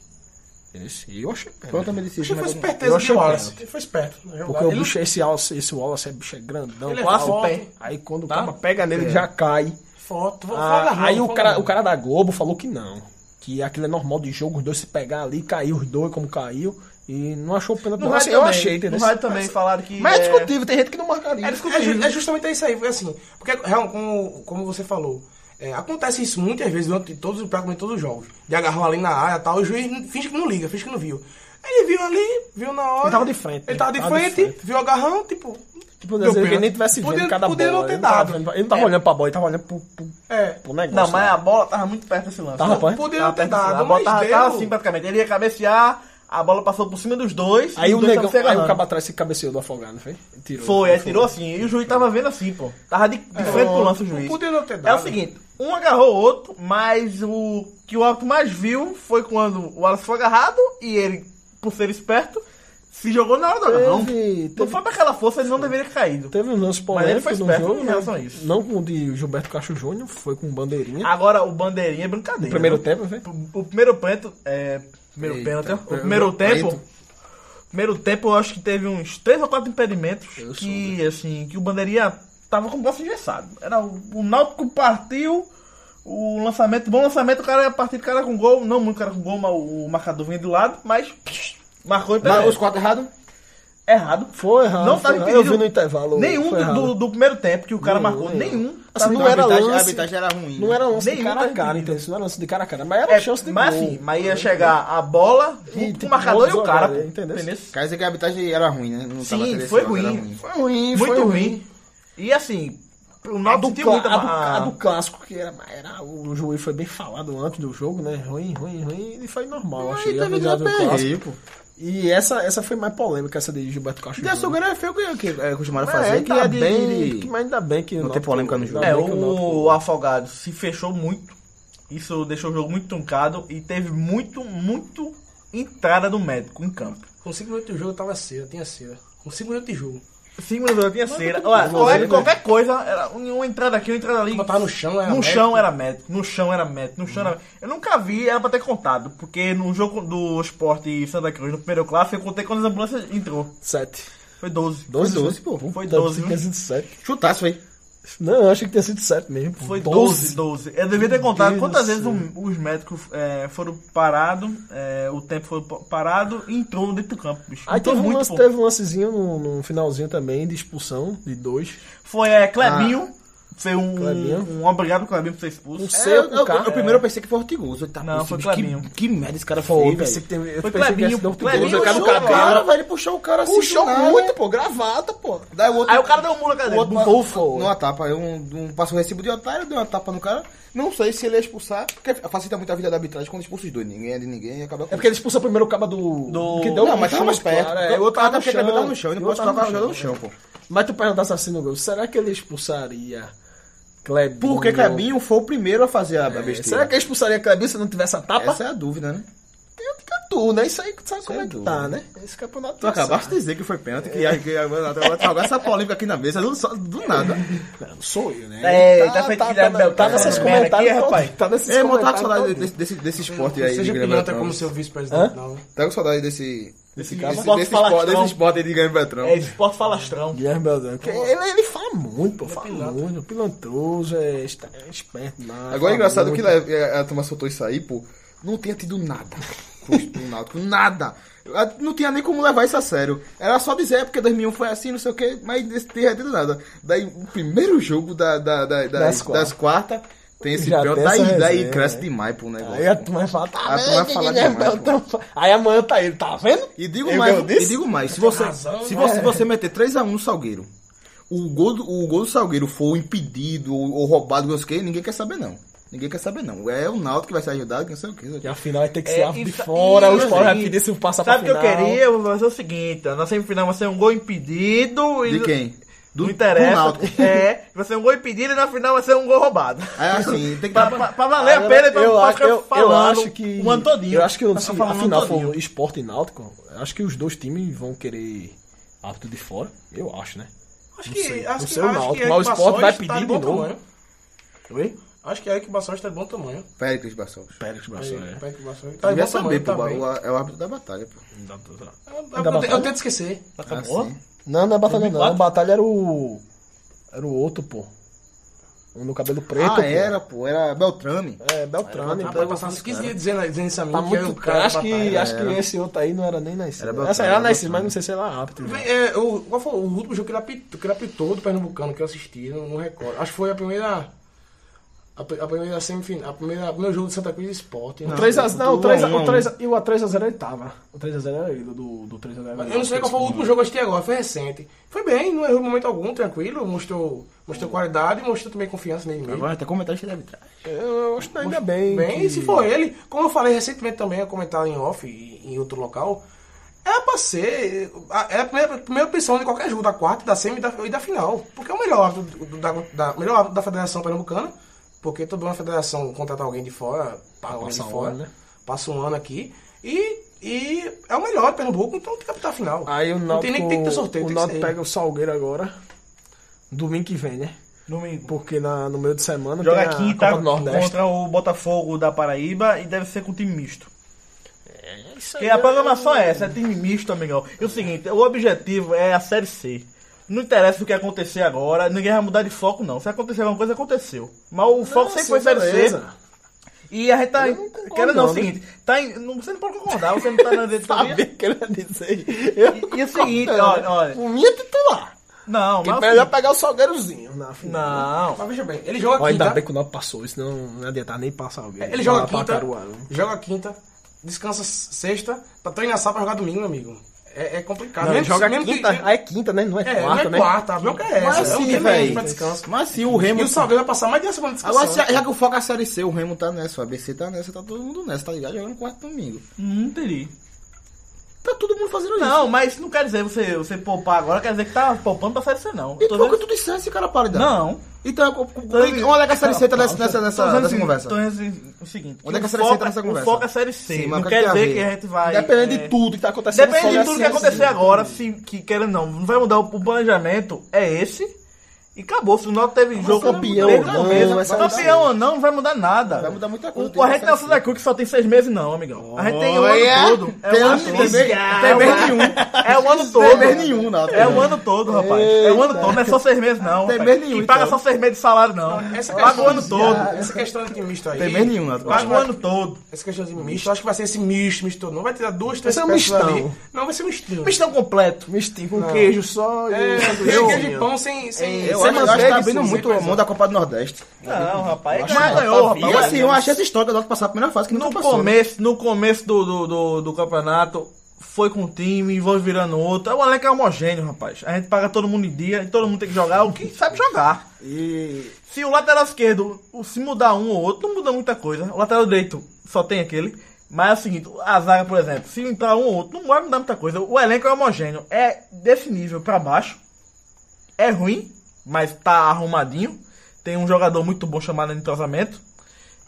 Esse- Eu achei
Eu também
pênalti.
decidi,
Achei que foi
mas-
Eu
esperteza de
achei
Wallace.
pênalti.
Ele foi esperto. na jogada.
Porque o
Ele-
bicho, esse Wallace, esse Wallace é, bicho, é grandão.
Ele é
quase
forte.
pé. Aí quando o cara pega nele, ele já cai.
Foto. vou-
Ah,
vou agarrar,
aí
vou
o cara,
agarrar.
o cara da Globo falou que não. Que aquilo é normal de jogo, os dois se pegar ali, caiu os dois como caiu. E não achou pena
No rádio
eu
também,
achei,
No
entendeu?
rádio também falaram que.
Mas é
é-
discutível, tem gente que não marcaria.
É, discutível. É ju- é justamente isso aí, foi assim. Porque, real, como, como você falou, é, acontece isso muitas vezes durante todos, praticamente todos os jogos. De agarrar ali na área e tal, o juiz finge que não liga, finge que não viu. Ele viu ali, viu na hora.
Ele tava de frente,
Ele tava de,
né? Tava de
frente,
frente.
viu o agarrão, tipo.
Tipo,
deu
às vezes, ele
pênalti.
nem tivesse vendo
Poderia-
cada
poderia
bola.
não ter
ele, não tava
dado.
vendo- ele não tava olhando pra bola, ele tava olhando pro, pro,
É.
pro negócio.
É.
né?
Não, mas
lá.
a bola tava muito perto desse lance.
Tava, pô.
Poderia
Tava
não ter
perto desse lance.
dado,
A bola
mas
tava,
deu.
tava assim praticamente. Ele ia cabecear, a bola passou por cima dos dois.
Aí
e
o
os dois
negão,
tavam se
aí o
agarrando.
cabo atrás se cabeceou do afogado, não foi? Ele Tirou,
Foi, aí tirou assim. E o juiz tava vendo assim, pô. Tava de, de frente pro lance o juiz.
Podia não ter dado.
É o seguinte, um agarrou o outro, mas o que o árbitro mais viu foi quando o Wallace foi agarrado e ele, por ser esperto, se jogou na hora do agarrão.
Teve-
Não
teve-
foi pra aquela força, ele não deveria ter caído.
Teve um lance
Mas ele
polêmico
foi
no
esperto
jogo, né?
em relação a isso.
não com o de Gilberto Cacho Júnior, foi com bandeirinha.
Agora o bandeirinha é brincadeira.
no primeiro
né?
tempo, não foi?
O primeiro pênalti. É, primeiro
Eita,
pênalti. O primeiro
primeiro
tempo.
pênalti.
Primeiro tempo, eu acho que teve uns três ou quatro impedimentos que,
né?
assim, que o bandeirinha tava com o braço engessado. Era o, o Náutico partiu, o lançamento, bom lançamento, o cara ia partir do cara com gol. Não muito cara com gol, mas o marcador vinha do lado, mas psh, marcou e
Mas
pegou.
os quatro errados?
errado.
Foi errado.
Não tá
foi errado. Eu vi no intervalo.
Nenhum do,
foi errado.
do- do primeiro tempo que o cara
Nenhum,
marcou,
nenhum.
nenhum.
Assim,
tava
não
impedido.
era
a arbitragem,
lance-
a arbitragem era ruim.
Não era lance de
Nenhum
cara a
tá
cara,
impedido.
entendeu? Isso não era lance de cara a cara. Mas era
É,
chance de
mas
gol.
assim, mas ia chegar a bola,
E,
o,
tipo,
o marcador e o
jogada,
cara. pô.
entendeu?
Entendeu?
Quer dizer que a arbitragem era ruim, né? Não tava
Sim,
tendo
foi
esse jogo, era
ruim.
Foi ruim,
Muito
foi
ruim. E assim, o Náutico
do,
sentiu
cla-
muito
a do-
a-
a do clássico, que era, era- O juiz foi bem falado antes do jogo, né? Ruim, ruim, ruim. E foi normal. Eu achei avisado do clássico.
pô.
E essa, essa foi mais polêmica, essa de Gilberto Castro.
E a Sugana é feio que, que é, costumaram
Mas
fazer,
é,
que
tá
é de...
bem,
de-
que- Mas ainda bem que.
Não tem polêmica no jogo.
É,
o Náutico-
o Afogado se fechou muito. Isso deixou o jogo muito truncado e teve muito, muito entrada do médico em campo.
Com 5 minutos de jogo eu tava cedo, tinha cedo. Com 5 minutos de jogo.
Cinco minutos eu tinha cera. Olha, qualquer, qualquer coisa, era uma entrada aqui, uma entrada ali.
Quando
é
tava no chão, é. era
No
médico.
chão era médico, no chão era médico, no chão era Eu nunca vi, era pra ter contado, porque no jogo do esporte Santa Cruz, no primeiro clássico, eu contei quantas ambulâncias entrou.
Sete.
Foi 12.
Doze,
Foi doze,
né?
pô.
Puta,
Foi doze,
pensei que tinha
viu?
sido sete.
Chutaço, foi.
Não, eu achei que tinha sido sete mesmo. pô.
Foi 12, 12. Eu devia ter contado
Deus
quantas
do
vezes um- os médicos é, foram parados, o tempo foi pa- parado e entrou dentro do campo, bicho.
Aí
Entrou
teve um, lance,
pô.
teve um lancezinho no, no finalzinho também de expulsão de dois.
Foi é, Clebinho, foi um,
Ah. Clebinho.
um obrigado Clebinho por ser expulso.
Um
É, eu,
seco,
eu,
cara.
eu primeiro pensei que foi Ortigoso. Tá,
Não,
pô,
foi
que-
Clebinho.
Que, merda esse cara foi,
pensei
velho.
que teve- eu
Foi
pensei que ia
Clebinho,
ser do outro
Clebinho
gol, o cara do
puxou,
cabelo.
cara,
velho, puxou o cara assim.
Puxou
do nada.
muito, pô, gravata, pô.
Daí o outro,
Aí o cara deu um muro na
o
cadeira.
outro
Bufou.
botou o fogo.
Numa tapa. Eu um, um, passou o recibo de otário, deu uma tapa no cara. Não sei se ele ia expulsar, porque facilita muito a vida da arbitragem quando expulsa os dois. Ninguém é de ninguém e acaba com
É porque ele expulsou primeiro o caba do.
Do-
Que deu
não,
um
mas tava
chute,
mais perto.
Cara, é, o outro
cara
tava no chão.
tava no chão,
e
ele
o
não
outro
pode
tava
colocar o jogador no chão, pô.
Mas tu perguntasse assim no gol, será que ele expulsaria Clebinho?
Porque Clebinho foi o primeiro a fazer a, a
É,
besteira.
será que ele expulsaria Clebinho se não tivesse a tapa?
Essa é a dúvida, né?
Tem outro catu, né? Isso aí, sabe como é que
dúvida.
tá, né? Esse campeonato
Tu acabaste de dizer que foi pênalti, que que- agora jogar essa polêmica aqui na mesa do, só- do nada.
Não sou eu, né?
É, tá feito
tá,
Guilherme
tá,
Beltrão,
tá nesses
né?
comentários,
Aqui,
todo-
rapaz.
tá nesses
É, mano, tá com
comentários.
saudade
todo.
desse, desse, desse esporte
Não
aí de
seja
Guilherme
pilantra
Beltrão.
como seu vice-presidente, não.
Tá com saudade desse. Desse,
cara.
desse,
Esporte
desse, esporte,
falastrão.
desse esporte aí de Guilherme Beltrão.
É esporte falastrão.
Guilherme Beltrão. que Ele, ele é fala muito, pô. Fala muito. Pilantroso, é, esta- é esperto. Nada,
Agora é
fala
engraçado que é,
muito.
a, a, a turma soltou isso aí, pô. Não tinha tido nada. com o do Náutico, nada. Eu- Não tinha nem como levar isso a sério. Era só dizer, é porque 2001 foi assim, não sei o que, mas não tinha tido nada. Daí, o primeiro jogo da, da, da- da-
Das
das,
quartas.
quartas, tem esse
Já
pênalti.
tem essa
Daí, daí
resenha,
cresce
né?
demais pro negócio.
Aí a turma vai falar, tá
A turma vai
vendo,
falar
Guilherme
demais,
Beltrão. Aí amanhã tá ele, tá vendo?
E digo
Eu
mais,
disse.
e digo mais, se você,
razão,
se você, se você meter 3x1 no Salgueiro, o gol, do, o gol do Salgueiro for impedido ou, ou roubado, não sei o que, ninguém quer saber não. Ninguém quer saber não. É o Náutico que vai ser ajudado, que não sei o que.
E a final vai ter que
É,
ser é, de
isso-
fora,
isso,
os fora vai
gente.
pedir se passar pra
Sabe o que
final.
eu queria? Vai ser o seguinte, ó, na semifinal vai ser um gol impedido. e
De
no-
quem?
não interessa.
Náutico.
é, vai ser um gol impedido e na final vai ser um gol roubado.
Aí assim, tem que
Pra, pra- pra valer a pena e pra,
eu,
pra
acho,
ficar
eu, eu
falando
acho que.
o ano todinho.
Eu acho que
Pra
se
ficar falando
a
o
final
ano todinho.
for esporte e náutico, eu acho que os dois times vão querer árbitro de fora. Eu acho, né?
Acho
Não
que,
sei,
acho
não
que,
sei o
acho que
Náutico, mas o Sport vai
Bassões
pedir
tá de
de
bom
novo. né?
tamanho.
Oi?
Acho que Eric Bassões tá de bom tamanho.
Péricles Barçalves.
Pérez Braço, é.
Eric Bassões tá de
Devia
bom
saber,
tamanho
pô,
também.
o- é o árbitro da batalha, pô.
Eu, eu, eu tento esquecer.
Acabou?
Assim.
Não, não é batalha não.
2004?
Batalha era o. Era o outro, pô. Um no cabelo preto. pô.
Ah, era, pô, era Beltrame.
É, Beltrame.
Rapaz,
pô.
passar uns 15 dias dizendo, dizendo isso a mim.
Tá
que é
muito
eu-
caro. Acho que,
batalha.
acho que esse outro aí não era nem nascido.
Era Beltrame,
Essa era
era
nascido,
Beltrame.
mas não sei se era árbitro.
Vem, é, o, qual foi o último jogo que ele, apitou, que ele apitou do Pernambucano que eu assisti? Não, não recordo. Acho que foi a primeira. A, pri- a primeira semifinal. A primeira, o primeiro jogo do Santa Cruz né? Esporte. Não,
3x0, não, o 3 a,
um a
o
um.
3 a, e o a 3x0 ele tava. O 3x0 era ele, do, do 3x0.
Eu não sei qual foi o último jogo que eu assisti agora, foi recente. Foi bem, não errou em momento algum, tranquilo. Mostrou, mostrou qualidade e mostrou também confiança nele mesmo.
Agora até comentário da arbitragem.
Eu, eu acho que ainda bem.
Bem,
que-
se for ele, como eu falei recentemente também, eu comentava em off e em outro local, é pra ser. a- É a primeira, a primeira opção de qualquer jogo, da quarta, da semi e da, e da final. Porque é o melhor árbitro do- da, da, melhor árbitro da Federação Pernambucana, porque toda uma federação contrata alguém de fora, paga alguém de
Passa um
fora,
ano, né?
passa um ano aqui, e, e é o melhor de Pernambuco, então tem que apitar a final.
Aí o Náutico.
não tem nem que tem que ter sorteio,
O
tem que ser
Náutico
ele.
pega o Salgueiro agora. Domingo que vem, né?
Domingo.
Porque na, no meio de semana
Joga
tem a
quinta
Copa do Nordeste.
contra o Botafogo da Paraíba e deve ser com time misto.
É, isso aí
Porque a
é-
programação é essa, é time misto, amigão. E o seguinte, o objetivo é a Série C. Não interessa o que acontecer agora, ninguém vai mudar de foco, não. Se acontecer alguma coisa, aconteceu. Mas o foco
Não, é
sempre
sim,
foi Série C.
beleza.
E a gente tá.
Eu não concordo,
Querendo não, é o
não, né?
seguinte, tá em- não, você não pode concordar, você não tá na diretoria.
Sabe o que ele ia dizer? Eu
E-
não
e o seguinte,
concordo,
olha,
né?
olha.
O minha é titular.
Não,
Que
mas. é
melhor pegar o Salgueirozinho na final.
Não.
Mas veja bem, ele joga
Ó, ainda bem
quinta. É,
que o Náutico passou, senão não ia adiantar nem passar alguém.
Ele joga
Pra né?
quinta.
Caruaru.
né?
Joga quinta, descansa sexta, pra treinar sábado pra jogar domingo, meu amigo. É, é complicado.
Não, ele joga
mesmo que-
quinta. Ah, é quinta, né? Não é
É,
quarta,
não
né?
é quarta, a bronca é essa.
Mas
é um
assim,
tempo
velho.
pra descanso.
Mas sim, o Remo.
E o Salgueiro vai passar mais de uma semana de descanso.
Agora, se- já que o foco é a Série C, o Remo tá nessa, o ABC tá nessa, tá todo mundo nessa, tá ligado? Jogando quarto domingo.
Não entendi.
Tá todo mundo fazendo isso.
Não, mas isso não quer dizer você, você poupar agora, quer dizer que tá poupando pra série C, não.
E
Tô
foi o que
dizendo-
tu dissesse, cara, paridade.
Não. Então,
Então, co- co- onde é que a Série C tá nessa, nessa,
Tô
nessa,
dizendo
nessa
o
conversa?
seguinte, Tô dizendo assim, o seguinte.
Onde é que a
o
Série C tá
foco-
nessa
O
conversa?
foco é a série C.
Sim, mas
não
o que
quer
tem a
dizer
ver?
que a gente vai.
Depende
é,
de tudo que tá acontecendo.
Depende de tudo que acontecer
assim.
agora.
agora, se que querendo não, não vai mudar o, o planejamento, é esse. E acabou. Se o Náutico teve jogo
campeão
desde o
ou não,
começo,
vai mudar
campeão ou não, não vai mudar nada.
Vai mudar muita coisa,
O, a
tem
gente não é o
que
Santa Cruz que só tem seis meses, não, amigão. A gente tem um ano
Olha,
todo. É
tem
um
ano
ano
de
todo.
TV.
É um ano nenhum. É um ano todo.
Tem mês nenhum, Náutico.
É um ano todo, rapaz. É um ano todo, não é só seis meses, não.
Tem
rapaz.
mês nenhum,
E paga
então.
só seis meses de salário, não.
Essa
Paga
questão,
o ano todo.
Essa questão otimista aí.
Tem mais nenhum, Nato.
Paga o ano todo.
Essa questão de misto, eu acho que vai ser esse misto, misto. Não vai tirar duas, três
ser um
peças
mistão.
ali. Não, vai ser um mistinho.
Mistão completo.
Mistinho com um queijo só
É,
e...
eu, de pão sem... sem
Eu
sem
acho que nós
manteiga,
tá
sem-
abrindo
sem
muito
coisa.
o mão da Copa do Nordeste.
Não, rapaz. é
Acho que
Mas ganhou,
tá- E
rapaz.
assim, eu achei essa história do Náutico passar a primeira fase que
No
nunca passou. né?
começo, no começo do, do, do, do campeonato, foi com um time, foi virando outro. O elenco é homogêneo, rapaz. A gente paga todo mundo em dia, e todo mundo tem que jogar o que sabe jogar.
E
Se o lateral esquerdo o- se mudar um ou outro, não muda muita coisa. O lateral direito só tem aquele. Mas é o seguinte, a zaga, por exemplo, se entrar um ou outro, não vai mudar muita coisa. O elenco é homogêneo. É desse nível pra baixo. É ruim, mas tá arrumadinho. Tem um jogador muito bom chamado de entrosamento.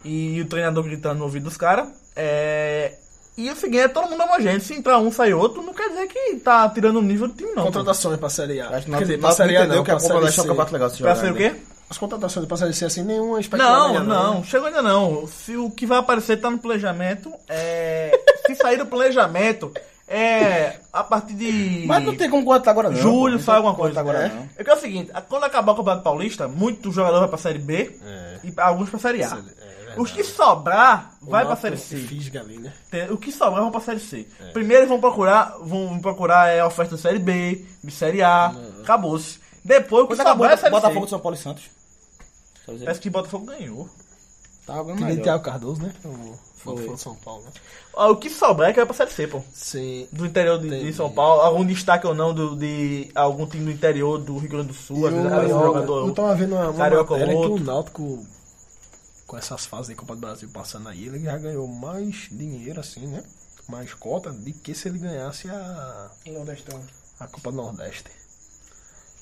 E o treinador gritando no ouvido dos caras. É... E o seguinte, é todo mundo homogêneo. Se entrar um, sai outro, não quer dizer que tá tirando o nível do time, não.
Contratações pra Série A.
acho
Quer
que
tá
dizer,
o
pra
Náutico
Série A não,
entendeu que a
pra
Copa do
Série
Nordeste é um
C.
campeonato legal de
Pra
jogar.
ser o
né?
quê?
As contratações pra Série C, assim, nenhuma
Tá
né? expectativa.
Não, não, chegou ainda não. Se o que vai aparecer tá no planejamento, é. Se sair do planejamento, é. A partir de.
Mas não tem como cortar agora, não.
Julho
pô.
sai alguma coisa.
agora,
é.
não.
É que é o seguinte, quando acabar o Campeonato Paulista, muito jogador vai pra Série B e alguns pra Série A. Os que sobrar, vai pra Série
é
C.
Fisga ali, né?
Tem- O que sobrar vão pra série C. Primeiro eles vão procurar, vão procurar é, oferta de série B, de série A, acabou-se. Depois o que
Quando acabou
sobrar é série
Botafogo de
C.
São Paulo e Santos.
Parece que Botafogo ganhou.
Tá jogando
Filho de
melhor.
Thiago Cardoso, né? O foi de São Paulo, né?
Ó, O que sobrar é que vai pra série C, pô.
Sim.
do interior de, de São Paulo, algum destaque ou não do, de algum time do interior do Rio Grande do Sul, às
Eu,
vezes aparece um
eu,
Então,
jogador.
eu tava vendo uma, uma
Carioca
matéria que
ou
o
outro.
Náutico, com essas fases da Copa do Brasil passando aí, ele já ganhou mais dinheiro, assim, né? Mais cota, de que se ele ganhasse a,
Nordestão.
a Copa do Nordeste.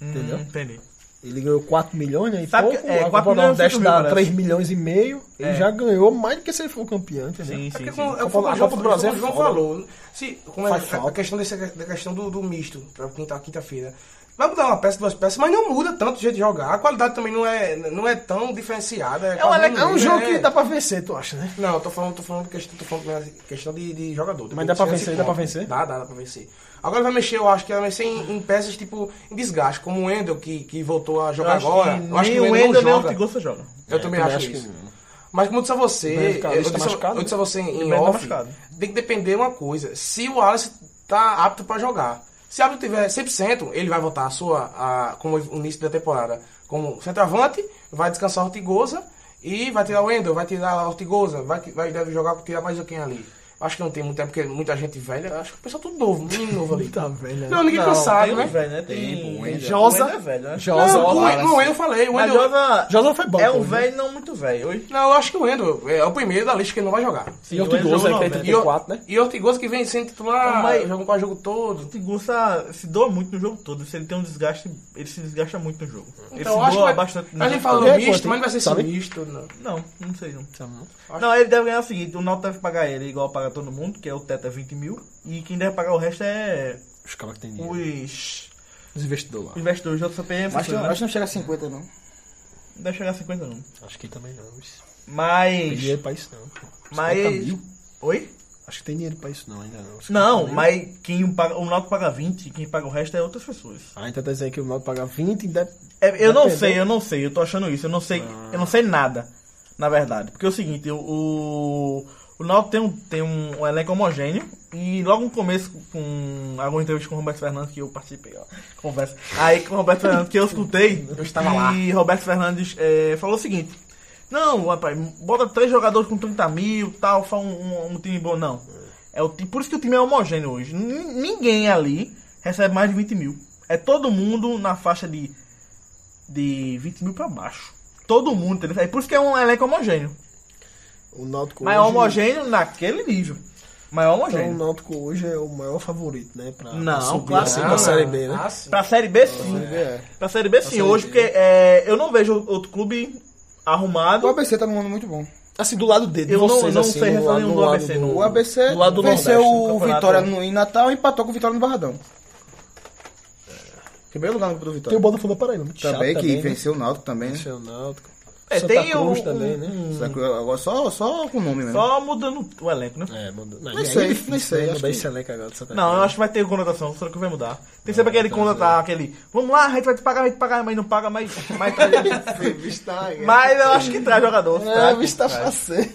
Hum,
entendeu?
entendi.
Ele ganhou 4 milhões, né? E
Sabe que-
pouco,
é,
a
4
Copa do
milhões e
Nordeste
5 mil,
dá
parece.
3 milhões e meio. Ele
É.
já ganhou mais do que se ele for campeão, entendeu?
Sim, sim.
Porque
sim.
como, é
Copa-
como
a
o
Copa do Brasil é
João
foda.
falou. Se, como é,
Faz
a,
falta.
a questão desse, da questão do, do misto, pra quinta- quinta-feira. Vai mudar uma peça, duas peças, mas não muda tanto o jeito de jogar. A qualidade também não é, não é tão diferenciada. É, quase
Alex-
nenhuma,
É um jogo
né?
que dá pra vencer, tu acha, né?
Não, eu tô falando, tô falando questão, tô falando mesmo assim, questão de, de jogador.
Mas
Depois
dá pra
chega
vencer,
esse
dá
ponto.
pra vencer?
Dá, dá, dá pra vencer. Agora vai mexer, eu acho que vai mexer em, em peças tipo em desgaste, como o Endel, que, que voltou a jogar
Eu acho
agora.
que
Eu acho que
nem
o
o
Endel
Ender nem
não
o
joga.
Ortigosa joga.
Eu também acho,
acho que
isso.
não.
Mas como eu disse a você,
Bem, cara,
eu,
está
disse, a-
machucado,
eu disse a você em
Bem, tá
off,
machucado.
tem que depender uma coisa. Se o Wallace tá apto pra jogar, se apto tiver 100%, ele vai voltar a sua, a, como o início da temporada, como centroavante, vai descansar o Ortigosa e vai tirar o Wendel, vai tirar o Ortigosa, vai, vai deve jogar, tirar mais alguém ali. Acho que não tem muito tempo, porque muita gente velha, acho que o pessoal é tudo novo, menino novo ali.
Tá velho, né?
Não, ninguém cansado, né?
velho, né? Tem.
pô, o Ender.
Josa. é velho, né?
Não,
Josa,
o-
Wallace.
não, o Wendel eu falei, o
Mas
Wendel...
Josa.
Josa foi bom,
É
pô,
um
né?
velho não muito velho. Oi?
Não, eu acho que o Wendel é o primeiro da lista que ele não vai jogar.
E Ortigosa,
Ender jogou
que tem
noventa.
E, o,
34, né?
e Ortigosa que vem sendo titular,
Ah, mas-
jogando quase o jogo todo.
O Tigusa se doa muito no jogo todo. Se ele tem um desgaste, ele se desgasta muito no jogo. ele se
Então, eu acho que
doa
vai,
bastante no
a gente
jogo.
falou
Quem é
misto,
quanto,
mas não vai ser esse
sabe?
misto, não.
Não, não sei não. Não, ele deve ganhar o seguinte, o Náutico deve pagar ele igual paga todo mundo, que é o teto é 20 mil, e quem deve pagar o resto é
Os caras que tem dinheiro.
os
Os investidores lá.
investidores do CPM,
Mas
não,
não- acho que não chega a 50, não.
não né? deve chegar a 50 não.
Acho que também não. Isso. Tem
Mas...
dinheiro pra isso não. pô.
Mas...
50 mil?
Oi?
Acho que tem dinheiro pra isso não ainda não. Os
Não,
50 mil.
mas quem um paga, o Náutico paga 20 e quem paga o resto é outras pessoas.
Ah, então tá dizendo que o Náutico pagar 20 e deve...
É, eu não
Dependendo.
sei, eu não sei, eu tô achando isso, eu não sei, eu não sei nada. na verdade. Porque é o seguinte, o, o, o Náutico tem, um, tem um, um elenco homogêneo e logo no começo, com alguma entrevista com o Roberto Fernandes, que eu participei, ó, conversa. Aí com o Roberto Fernandes, que eu escutei, eu
estava lá.
E Roberto Fernandes eh, falou o seguinte, não, rapaz, bota três jogadores com 30 mil, tal, faz um, um- um time bom. Não. É o, ti- por isso que o time é homogêneo hoje. Nin- Ninguém ali recebe mais de 20 mil. É todo mundo na faixa de, de 20 mil pra baixo. Todo mundo, entendeu? É por isso que é um elenco homogêneo.
O Náutico
Mas é
hoje-
homogêneo naquele nível. Mas é
Então o
homogêneo.
Náutico hoje é o maior favorito, né? Pra, pra
Não,
subir
claro
assim
que
pra
não.
Série B, né?
Ah, sim.
Pra Série B, sim.
É.
Pra Série B, sim.
Série
Hoje,
B.
porque é, eu não vejo outro clube
O
arrumado.
ABC tá num ano muito bom.
Assim, do lado dele, de
Eu não-
vocês,
não
assim,
sei
do
referir
lado,
nenhum
do
do
lado
ABC,
do-
não.
O ABC
Do lado do
venceu
Nordeste,
no
o
campeonato.
Vitória no, em Natal e empatou com o Vitória no Barradão. É. Primeiro lugar no grupo do
Tem
Vitória.
o Botafogo da Paraíba. muito chato
também, que
né?
venceu o Náutico também. né?
Venceu o Náutico.
É,
Santa
tem
Cruz
um-
também, né?
Só que Agora só, Hum. só com o nome mesmo.
Só mudando o elenco, né?
É, mandou. Não,
Nem
e aí
sei,
é difícil,
nem sei,
né?
acho
Mudar
que-
esse elenco agora de Santa
Não, eu
Cruz.
acho que vai ter conotação, será que vai mudar. Tem sempre aquele conotar, aquele. Vamos lá, a gente vai te pagar, a gente pagar, mas não paga, mas. Mas, tá mas eu acho que traz jogador.
É,
traz.
o bicho tá faceiro.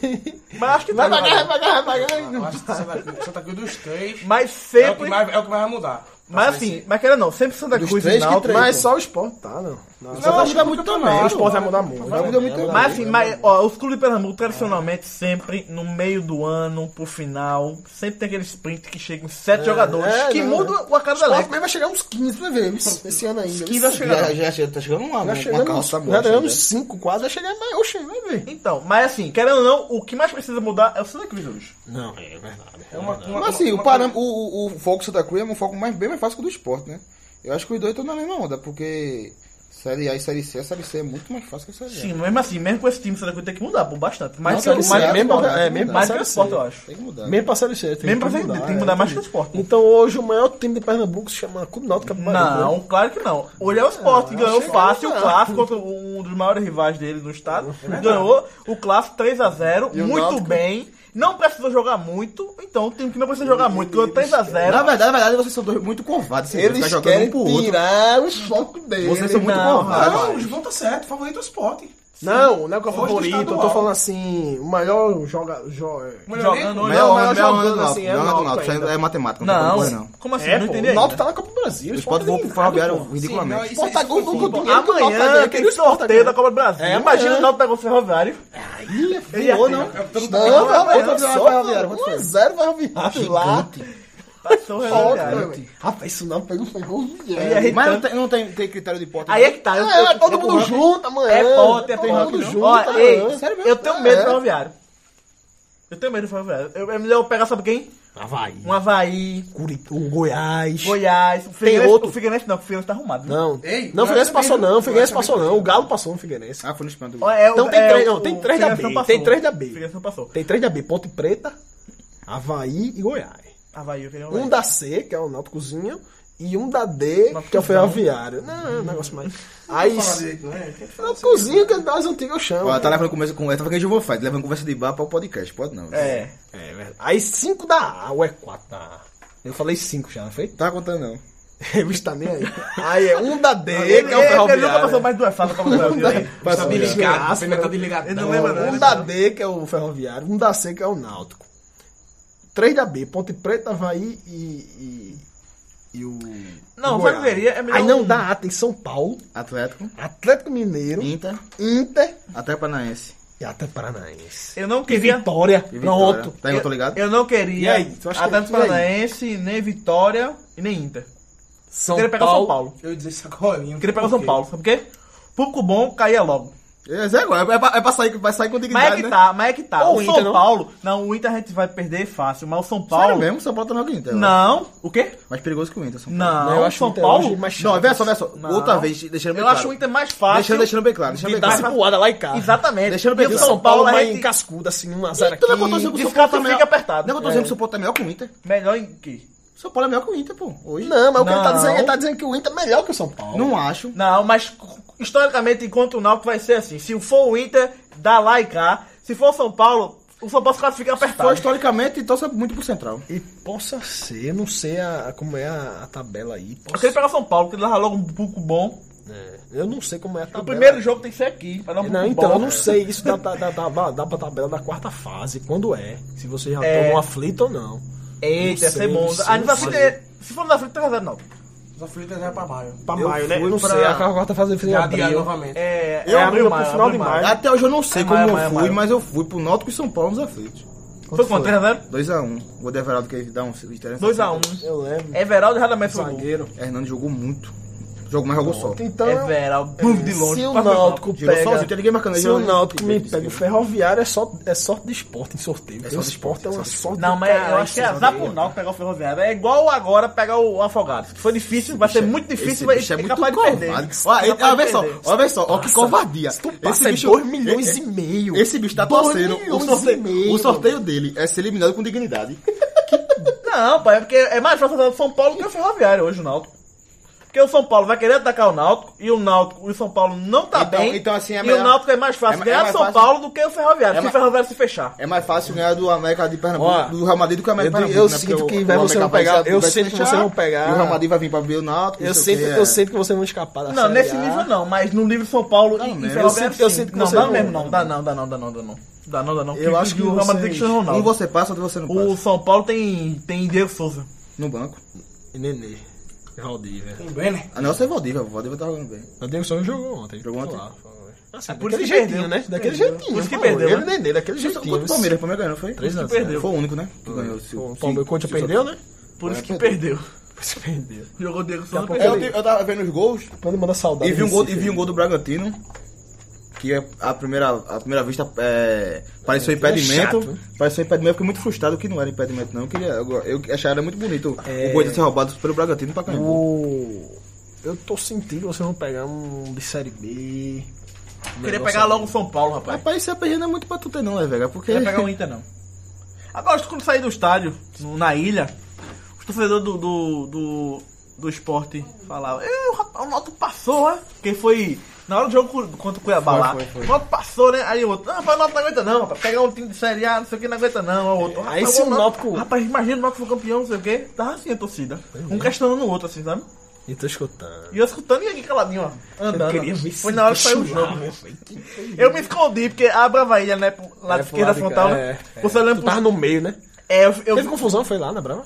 Mas acho que traz jogador.
pagar, vai pagar.
Eu acho que Santa Cruz- Santa Cruz dos três
Mas
é o,
sempre.
que mais, é o que mais vai mudar.
Mas assim, mas querendo ou não, sempre Santa
Dos
Cruz e
três que
Náutico.
três,
Mas,
Mas só o esporte tá, não. Não,
Não,
é
vai mudar muito também.
o esporte vai É, mudar muito.
Vai mudar muito também.
mas assim, mas, ó, os clubes de Pernambuco tradicionalmente sempre no meio do ano, pro final, sempre tem aquele sprint que chega em sete jogadores
é,
que
não,
muda o a cada
O esporte
elenco.
mesmo vai chegar uns 15, vai ver. Esse esse ano ainda.
Que vai chegar.
já, já tá chegando uma, né?
Já chegamos, já ganhamos 5 quase, vai chegar mais. Oxe, vai ver.
Então, mas assim, querendo ou não, o que mais precisa mudar é o Santa Cruz hoje.
Não, é verdade.
É uma, uma,
Mas assim,
uma-
o, param, o, o, o foco Santa Cruz é um foco mais, bem mais fácil que o do esporte, né? Eu acho que os dois estão na mesma onda, porque Série A e Série C, a Série C é muito mais fácil que a Série A.
Sim, mesmo assim, mesmo com esse time, o Santa Cruz tem que mudar, pô, bastante.
Não,
Mas
Série C,
mais,
mesmo- assim.
é, mesmo
mais que
Série
o
C.
esporte, eu acho.
Tem que mudar.
Mesmo pra Série C, tem
Mesmo pra
que
Série
mudar.
C, tem que mudar
é,
mais
entendi.
que o esporte.
Então hoje o maior time de Pernambuco se chama Clube Náutico Capibaribe.
Não, claro que não. Hoje é o Sport, que ganhou
chega
fácil
lá.
o clássico contra um dos maiores rivais dele no estado. ganhou o clássico 3x0,
É E o
muito
Náutico?
bem. Não precisou jogar muito, então o time que não precisa jogar muito ganhou 3x0.
Na verdade, na verdade, vocês são dois muito covardes. Vocês dois ficam jogando um pro outro.
tirar o foco dele.
Vocês são muito
Não,
covardes.
Não, o João tá certo, favorito é o esporte.
Não, não é que é o
Hoje
favorito. Eu tô
estadual.
falando assim, o maior joga...
Jogando
joga
hoje.
Melhor
Não,
onda,
mas
melhor
jogando
onda do Náutico,
assim, é
melhor onda do
Náutico
Náutico. Isso
ainda.
aí É matemática, não tem
Não,
coisa não.
como assim?
É,
não
pô,
entendi.
o
ainda.
Náutico tá na Copa do Brasil.
O esporte voou pro Ferroviário ridiculamente.
Sim, não, isso-
Porta gol
Isso
do
aí
dinheiro que o Náutico
Amanhã
ganha,
tem
aquele Sport
sorteio
ganha.
da Copa do Brasil.
É,
Imagina
amanhã.
o Náutico pegou o Ferroviário.
Voou, não.
Eu tô-
Não, não, não.
Quanto foi o
Só
Ferroviário? Quanto foi?
1x0 Ferroviário lá.
Passou o Ferroviário.
Foda, Rapaz, isso não pegou Ferroviário.
Aí é irritante.
Mas não tem, não tem, tem critério de porta.
Aí é que tá. eu- eu-
É, todo
eu-
mundo junto amanhã.
É pote, é
tá todo mundo
perroque.
junto tá
Ó, ei,
amanhã.
sério mesmo? eu tenho medo
É.
do ferroviário. Eu tenho medo do ferroviário. Eu, é melhor eu pegar, sabe quem?
Havaí.
Um Havaí,
Curitiba, o Goiás.
Goiás, o Figueirense.
outro.
O Figueirense não, o Figueirense tá arrumado. né?
Não,
Ei,
não, o Figueirense
Goiás
passou
também,
não, o
Goiás
Figueirense
também
passou não,
passou.
o Galo passou no Figueirense.
Ah, foi no espanto.
Ó, é o-
Então tem
é
três-
o-
não, tem três da
o Figueirense
B,
não passou.
tem três da B.
O Figueirense não passou.
Tem 3B, Ponte Preta, Havaí e Goiás.
Havaí, eu queria
Um da C, que é o Náuticozinho, e um da D,
Náutico
que é o Ferroviário. Não, é um negócio mais... Aí,
Fala direito, né? Tem que falar assim.
Náuticozinho, que é das antigas eu chamo.
Ó, tá levando conversa com. Tá falando que eu vou fazer, levando conversa de bar para o podcast, pode não.
É.
É verdade. Aí 5 da A, ou é 4 da A? Eu falei 5 já, não foi?
Não tá contando não.
O bicho tá nem aí. Aí é um da D,
Ele,
que é o
ele, ele
Ferroviário.
nunca passou mais duas fases da Copa do Brasil. hein?
Tá desligado, o
Graça,
Fernando tá desligado.
Ele não lembra nada.
Um da D, que é o Ferroviário. Um da C, que é o Náutico. Três da B, Ponte Preta, Havaí e... e... e o.
Não, sabe o
o Goiás.
que seria? É melhor
Aí não,
um-
da A tem São Paulo,
Atlético,
Atlético Mineiro,
Inter,
Inter
até Paranaense.
e até Paranaense.
Eu não
E
queria.
Vitória,
E Vitória.
pronto.
Tá aí, eu tô ligado?
Eu não
E
queria
aí, tu acha que-
Atlético
e aí?
Paranaense, nem Vitória e nem Inter. Eu
São
queria pegar o São Paulo.
Eu ia dizer sacolinho.
Eu queria pegar o São Paulo, sabe por quê? Público bom caía logo.
É, Zé, agora, é, pra, é pra sair, vai sair com
Mas é
dignidade,
que
né?
tá, mas é que tá.
Ou
o
o
São
Inter, não?
Paulo. Não, o Inter a gente vai perder fácil, mas o São
Sério
Paulo.
mesmo, São Paulo tá melhor que o Inter. eu acho.
Não. O quê?
Mais perigoso que o Inter, São Paulo.
Não,
Não, eu acho o
São
Inter
Paulo.
hoje mais
Não, veja só, veja só.
Não.
Outra vez, deixando bem
eu
claro.
acho o Inter mais fácil.
Deixando, deixando bem claro. Deixando
E
bem
dá
claro.
cipuada tá lá em casa.
Exatamente.
Deixando bem
e o
claro.
São Paulo é a
vai
gente
em cascuda, assim, um azar aqui.
Tu não botou sempre que o São
Descansa,
Paulo tá
fica
melhor-
apertado.
Não, eu tô
É.
dizendo que o São Paulo tá melhor que o Inter.
melhor em que?
O São Paulo é melhor que o Inter, pô. Hoje.
Não, mas o que ele tá
Não.
dizendo, ele tá dizendo que o Inter é melhor que o São Paulo.
Não acho.
Não, mas historicamente enquanto o Náutico vai ser assim. Se for o Inter, dá lá e cá. Se for o São Paulo, o São Paulo fica
Tá.
apertado.
Foi historicamente, então sabe muito pro Central.
E possa ser, não sei a, a como é a, a tabela aí.
Eu
Possa
queria pegar o São Paulo, porque ele dava logo um pouco bom.
Eu não sei como é a tabela.
O primeiro jogo tem que ser aqui, pra dar um
Não,
pouco
então,
bom.
eu não sei. Isso dá, dá, dá, dá, dá, dá pra tabela da quarta fase, quando é. Se você já
É.
toma um aflito ou não.
Eita, essa
Não
é
sei,
bom.
não sei,
A gente vai
não
fazer-
sei.
Se for na frente, tá errado, não.
Os aflitos já é pra maio.
Pra
Eu
maio, né?
fui
Eu não
pra-
sei. A quarta fase foi em
Já adiado
abril.
novamente.
É,
Eu
é
abri
abril,
pro
maio,
final
abril,
de
maio.
maio.
Até hoje eu não sei
É
como
maio,
eu
maio,
fui,
maio.
mas eu fui pro Náutico e São Paulo nos aflitos.
Foi quanto? 3x0?
2x1. O Everaldo quer dar um diferença.
2x1.
Eu lembro.
Everaldo erradamente foi o gol.
Zagueiro.
Hernando jogou muito. Jogou, mas jogou só.
Então,
Everaldo, bum, de longe.
se o
passou
Náutico
Girou
pega...
sozinho, tem ninguém marcando ele, né?
Se o
joga-
Náutico me
Direito,
pega o
esquerdo.
Ferroviário, é, só, é sorte de esporte em sorteio. Porque o
sorte de
esporte é
esporte,
uma
é sorte de
sorte
Não, mas
do caralho,
eu acho que é
esse
azar
sorteio.
pro Náutico pegar o Ferroviário. É igual agora pegar o Afogado. Se foi difícil, vai ser
Esse-
muito
esse
difícil, vai
bicho
é, capaz de
covarde.
perder.
Olha, ele-
Capaz
olha,
de
vê só,
perder.
olha só, ó que covardia.
Se tu passa, é dois milhões
e-
e meio.
Esse bicho tá
Dois
torcendo. O
milhões e
sorteio,
meio,
o sorteio dele é ser eliminado com dignidade.
Não, pai, é porque é mais fácil atacar o São Paulo que o Ferroviário hoje, o Náutico. Porque o São Paulo vai querer atacar o Náutico e o Náutico e o São Paulo não tá
Então-
bem.
então, assim, é
e
melhor-
o Náutico é mais fácil
é- é
ganhar do
mais
São
fácil-
Paulo do que o Ferroviário, se
É
o
mais-
Ferroviário se fechar.
É mais fácil ganhar do América de Pernambuco,
Ó,
do Real Madrid do que o América
eu
de
digo-
Pernambuco.
eu
né?
sinto
Porque
que
o-
vai-
o
você
América
não
vai
pegar-
se-
eu
vai se
sinto que
fechar,
você não pegar.
E o Real Madrid vai vir pra ver o Náutico. não
Eu
sei o
sinto,
quê,
eu
é.
sinto que você não escapar da
Não,
Série
nesse
A.
nível não, mas no nível São Paulo
Dá
e,
é não,
e
né?
Ferroviário.
Eu sinto- eu
sim.
sinto que
não,
você
dá
não-
mesmo, não. Dá não, dá não, dá não, dá não. Dá não, dá não.
Eu acho que
o Real Madrid tem
vocês-
que ser o
Um
Ronaldo.
você passa, outro você não
O
passa.
São Paulo tem, tem Diego Souza.
No banco.
Nenê. Valdir, velho.
Tem Brenner.
Ah, não, você é Valdívia. O Valdívia tá jogando bem.
O Davidson jogou ontem.
Jogou ontem? é
Lá, assim,
por isso
daquele
que
jeitinho,
perdeu.
né? Daquele
Perdeu.
jeitinho.
Por isso que
pô.
perdeu,
Ele
né?
e Nenê, daquele
Contra
jeitinho.
o Palmeiras, o Palmeiras ganhou, não foi?
3 a 0.
perdeu.
Foi o único, né? Que ganhou. Se-
O
se-
Palmeiras, quando
se-
perdeu, né?
Por isso que
perdeu.
perdeu.
Por isso que perdeu.
Jogou Diego Souza,
pouco
É,
perdeu.
eu, te- eu tava vendo os gols
Quando manda saudade.
e vi, um gol,
Recife,
e vi um gol do Bragantino. Que é a primeira, a primeira vista é, pareceu
que é
impedimento.
chato, né?
pareceu impedimento, eu fiquei muito frustrado que não era impedimento, não. Eu, queria, eu, eu achava muito bonito
É.
o gol de ser roubado pelo Bragantino pra
né?
Caimbu.
O... Eu tô sentindo que vocês vão pegar um de Série B.
Eu Queria pegar logo o São Paulo, rapaz.
Rapaz, esse RPG não é muito pra tu ter, não, né, velho? Porque.
Não ia pegar
um
o Inter, não. Agora, quando sair do estádio, no- na ilha, os torcedores do, do, do, do esporte falavam: "É, o rapaz, o Náutico passou, né? Porque foi na hora do jogo co- contra o Cuiabá lá.
foi, foi.
O Náutico passou, né? Aí o outro: Não, rapaz, o Náutico não aguenta, não. Rapaz. Pegar um time de Série A, não sei o que, não aguenta, não. Aí o outro:
Aí
rapaz,
se o Náutico-
Rapaz, imagina o Náutico foi campeão, não sei o que. Tava assim a torcida.
é.
Um questionando o outro, assim, sabe?
E tô escutando.
E eu escutando e aqui caladinho, ó. Andando. Foi
esse
na hora que saiu o
bicho lá,
jogo.
meu filho.
Eu me escondi, porque a Bravaília, né, pro lado
É, pro
esquerda
lado de cá,
frontal,
é,
né?
é.
Você
Tu
lembra
tava no meio, né?
é, eu, eu-
Teve confusão, foi lá na Brava?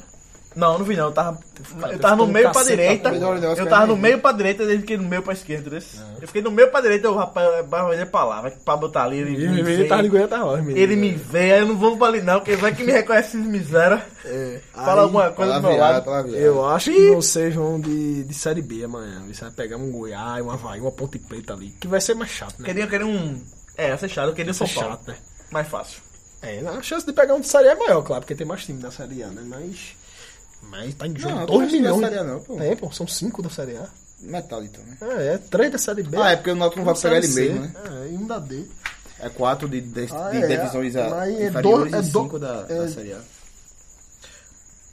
Não, eu não vi não. Eu tava, eu
deve
tava no
ficar um
meio pra
cacete,
direita.
tá? Melhor negócio
Eu
que
tava
eu
no
nem
meio pra direita, desde que no meio pra esquerda. né? Eu fiquei no meio pra direita, eu, rapaz, é barulho pra lá, vai pra botar ali. Ele,
E
me,
o
vê,
menino tava de Goiânia da hora, menino.
ele me vê, aí eu não vou pra ali não, porque vai que me reconhece esses miséria. Fala
É, aí,
alguma coisa do meu lado.
É.
Eu acho que vocês vão de, de Série B amanhã. Você vai pegar um Goiás, uma Havaí, uma Ponte Preta ali. Que vai ser mais chato, né?
Queria, queria um. É, essa é chata, eu queria o São
Vai ser
Paulo.
chato, né?
Mais fácil.
É, não, a chance de pegar um de Série A é maior, claro, porque tem mais time da Série A, né? Mas. Mas tá em
Não,
jogo
tem
2
mais time da
milhões.
Série A não, pô.
É, pô, são 5 da Série A.
Metal, então, né?
Ah, é, 3 da Série B.
Ah, é porque o Náutico não vai
um
pegar
Série
ele
C,
mesmo, né?
É, e um da D.
É 4 de, de,
Ah,
de
é,
divisões a-
mas é
inferiores
do- é
e
do-
5 da, da
é-
Série A.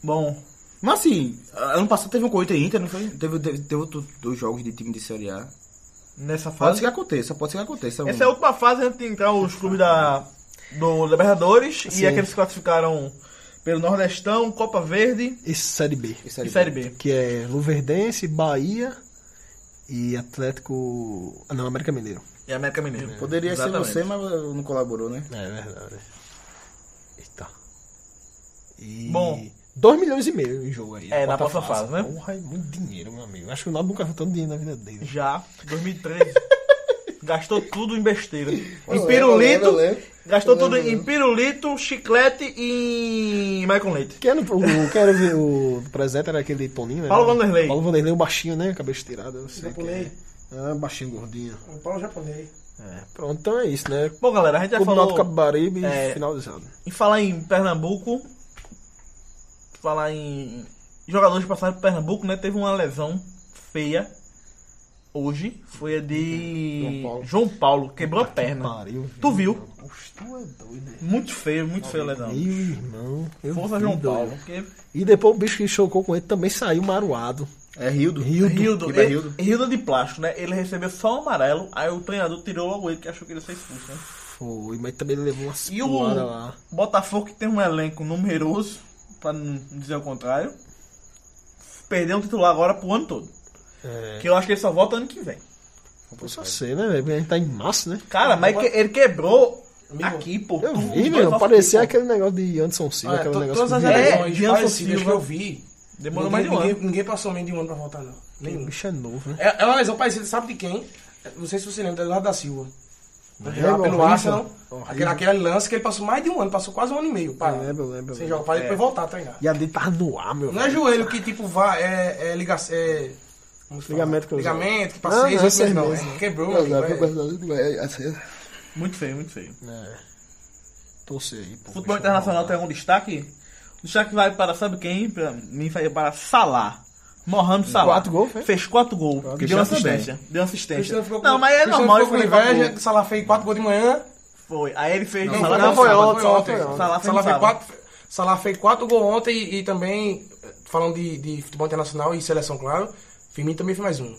Bom,
Mas assim, ano passado teve um Corinthians e Inter, não foi? Teve, teve, teve outro- dois jogos de time de Série A.
nessa
Pode ser
fase.
que aconteça, pode ser que aconteça.
Essa é a última fase antes de entrar os clubes da, do Libertadores
Assim.
e aqueles que classificaram pelo Nordestão, Copa Verde
E Série B.
E
e
Série
Série
B.
B.
Que é Luverdense, Bahia e Atlético. Ah, não, América Mineiro.
E América Mineiro.
É. Poderia
Exatamente.
ser você, mas não colaborou, né?
É verdade. Eita. E...
Bom.
2 milhões e meio em jogo aí.
É, na
quarta
próxima fase, né?
Porra, é muito dinheiro, meu amigo. Acho que o Naldo nunca viu tanto dinheiro na vida dele.
Já, 2013. gastou tudo em besteira. Em
lembro,
pirulito.
eu lembro, eu lembro.
Gastou
Eu
tudo
lembro,
em pirulito, chiclete e em Michael Leite.
Quem era, o, o- quem era o, o presente era aquele Toninho, né?
Paulo Vanderlei.
Paulo Vanderlei, o baixinho, né? Cabeça tirada, eu sei. quem
Japonês.
é. Ah, baixinho, gordinho.
O Paulo japonês.
É, pronto, então é isso, né?
Bom, galera, a gente já
Clube Náutico
falou
Capibaribe
é,
finalizado.
em falar em Pernambuco. Falar em jogadores passaram por Pernambuco, né? Teve uma lesão feia hoje. Foi a de João Paulo. quebrou a perna.
Pariu.
Tu viu?
Oxe, tu é doido, né?
Muito feio, muito feio a lesão.
Meu irmão. eu
Força
vi,
João
doido. é.
Paulo. Porque
E depois o bicho que chocou com ele também saiu maruado.
É Rildo.
Rildo,
Tipo, é
ele-
Rildo.
Rildo. de plástico, né? Ele recebeu só o amarelo, aí o treinador tirou logo ele, que achou que ele ia ser expulso, né?
Foi, mas também ele levou uma
E o
suada lá.
Botafogo, que tem um elenco numeroso, pra não dizer o contrário, perdeu um titular agora pro ano todo.
É.
É.
Que eu acho que ele só volta ano que vem.
Começou a ser, né, velho? A gente tá em março, né?
Cara, mas que- ele quebrou
Amigo,
aqui, pô.
Eu
tudo,
vi,
dois
meu.
off-
Parecia aquele negócio de Anderson Silva,
Olha,
aquele
Ah, to-
negócio
todas as
de...
É,
eleições
Anderson
parecidas
Silva.
que eu vi.
Demorou
ninguém-
mais de um
ninguém,
ano.
Ninguém passou menos de um ano pra votar, não.
O
Nenhum.
bicho é novo, né?
É, é uma lesão parecida, sabe de quem? Não sei se você lembra, do Eduardo da Silva.
Lembro,
Lá pelo
horrível.
Arsenal.
Horrível.
Aquele, aquele lance que ele passou mais de um ano, passou quase um ano e meio. Para,
Eu lembro, eu lembro, eu
Sem
lembro.
jogar, para
É.
depois voltar a treinar.
E a dele tava no ar, meu.
Não é
velho.
joelho que tipo vá, é, é ligação. É, como se fala?
Ligamento cruzado.
Ligamento que
Ah,
passou seis,
não,
oito meses, não.
seis meses.
É, quebrou, meu amigo, é.
Muito feio, muito feio.
É. Torcer aí, pô. é
Futebol
Deixa eu
internacional
falar.
tem algum destaque? O destaque vai para, sabe quem? Para mim, vai para Salah. Mohamed Salah.
Quatro gols, fez?
Fez quatro gols.
Cristiano
deu
assistência.
assistência. Deu assistência.
Cristiano ficou com-
Não, mas é
Cristiano
normal.
ficou
ele
com
foi levar
inveja,
gol.
que Salah fez quatro gols de manhã.
Foi. Aí ele fez...
Não,
Salah fez
não, foi
quatro.
ontem,
Salah
ontem.
foi ontem.
Salah foi
Salah
no
fez
sábado.
quatro, Salah fez quatro gols ontem e, e também, eh, falando de, de futebol internacional e seleção, claro, Firmino também fez mais um.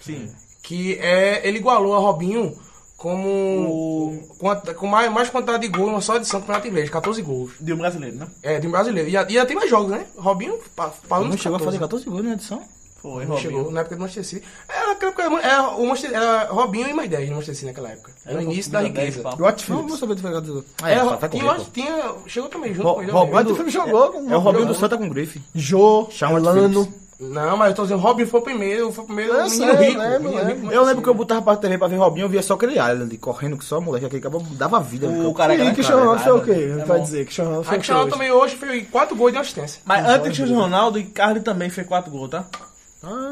Sim.
Que é, ele igualou a Robinho como quanta- com mais, mais quantidade de gols numa só edição do Campeonato Inglês, 14 gols.
Deu um brasileiro, né?
É, de um brasileiro. E a- e ainda tem mais jogos, né? Robinho pa- parou
Não
nos
chegou a
14.
fazer 14 gols na edição?
Foi,
Não
Robinho.
chegou na época do Manchester City. Era, aquela época, era, o Manchester, era Robinho e mais 10 no Manchester City naquela época.
um
Era É o início da
Dez,
riqueza.
pau.
Duarte
Não,
Phillips.
não sabia de fazer 14 gols.
Era, tinha, tinha- chegou também junto com ele. eu lembro.
Duarte Phillips jogou com
tá É o Robinho do Santa com grife.
Jô,
Chama de
Elano.
Não, mas eu tô dizendo, Robinho foi o primeiro, foi o primeiro
Eu
menino
sei, eu
rico.
lembro, é.
menino
eu
rico,
Eu lembro que eu
assim,
botava pra TV pra ver Robinho, eu via só aquele Island correndo que só moleque. Aquele cara dava vida. no
O
campo.
careca,
E
né?
Cristiano Ronaldo foi o quê?
É
Vai
bom.
dizer, Cristiano Ronaldo
A
foi o quê
Cristiano
hoje?
também hoje fez 4 gols de assistência.
Mas antes de Cristiano Ronaldo, Icardi também fez 4 gols, tá?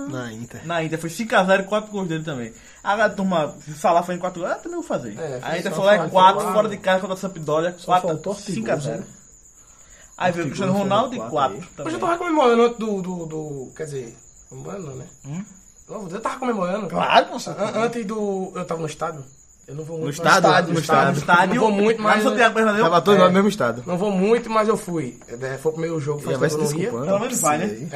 Na Inter.
Na Inter foi 5x0 e 4 gols dele também. Agora, turma, se Salah foi em 4 gols, ah, também vou fazer.
É,
a Inter
só
foi lá em
faltou
4,
lá.
fora de casa contra a Sampdoria,
faltou
4,
Ortigosa,
5x0.
né?
Aí veio o Cristiano
foi
Ronaldo e
quatro
4
Hoje eu
também.
tava comemorando antes do, do, do- Quer dizer, comemorando não, né? Não, Eu tava comemorando.
Claro, moça.
An- Antes do. Eu tava no estádio. Eu não vou muito.
No
mas-
estádio? No
Estádio,
estádio.
estádio.
Não vou muito,
lá
mas-
no Santiago Bernabéu.
Tava todo lá no mesmo estado.
Não vou muito, mas eu fui. É, Foi o primeiro jogo,
Já
faz
vai
tempo
se
que eu não ia.
desculpando.
Pelo menos vai, né?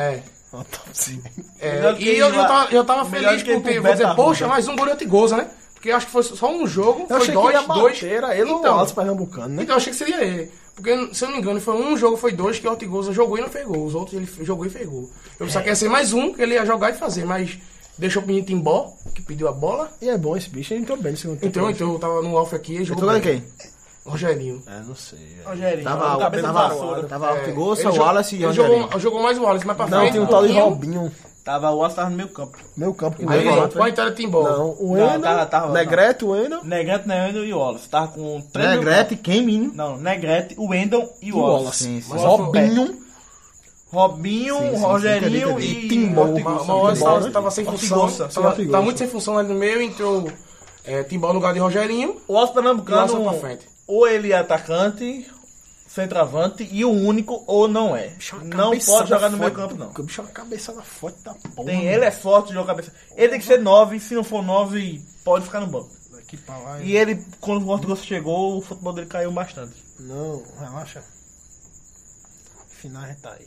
É.
Autopsia.
É,
Melhor que
e eu, eu
lá-
tava, eu tava
melhor
feliz
que pro
porque, vou
Beta
dizer,
Ruda.
poxa, mais um goleiro de goza, né? Porque eu acho que foi só um jogo,
Eu
foi
achei que ele ia
dois, dois.
bater, era ele então.
então,
o Alves Pernambucano, né?
então, eu achei que seria ele. Porque, se eu não me engano, foi um jogo, foi dois que o Ortigosa jogou e não fez gol. Os outros ele jogou e fez gol. Eu
É.
só queria ser mais um que ele ia jogar e fazer, mas deixou o menino Timbó, que pediu a bola.
E é bom esse bicho, ele entrou bem no segundo tempo.
Então, então, eu tava no Alfa aqui e
Eu
jogou.
tô vendo
bem.
quem?
Rogerinho.
É, não sei. é.
Rogério,
Tava
cabelo tá
tava
vassoura.
tava
É,
Ortigosa,
ele
o
jogou-
Wallace e o
ele
Rogerinho.
jogou, jogou mais o Wallace, mas pra
Não,
frente.
tem um tal de
Robinho.
Robinho.
Tava o Alça tava no meio campo.
Meu campo. que
Aí,
não é
Negreto,
qual então era Timbó?
Não, o
Não,
Eno.
tava- tava-
Negreto, o Eno.
Negrete, Neandro e o Wallace. Tava com 3
Negrete, quem, menino?
Não, Negrete, o Wendel e o
E o
Wallace.
Sim, sim.
Mas
Robinho.
Robinho,
Sim, sim,
Rogerinho
entendi, entendi.
e...
Timbó.
Ortigosa.
Uma hora
Timbó,
tava,
né?
tava sem função.
Ortigosa, sem
Tava,
Ortigosa.
tava muito sem função ali no meio, entrou é, Timbó no lugar de Rogerinho.
O Alça Pernambucano,
Lança pra frente.
ou ele é atacante, centroavante, e o único, ou não é.
Bicho, é uma
Não
cabeçada
pode jogar no meio
forte.
campo, não.
O bicho é uma cabeçada forte da porra.
Tem, ele é forte, joga cabeça. Ele tem que ser 9, se não for 9, pode ficar no banco.
Aqui pra lá.
E ele, quando o Portugal chegou, o futebol dele caiu bastante.
Não, relaxa. Final já tá aí.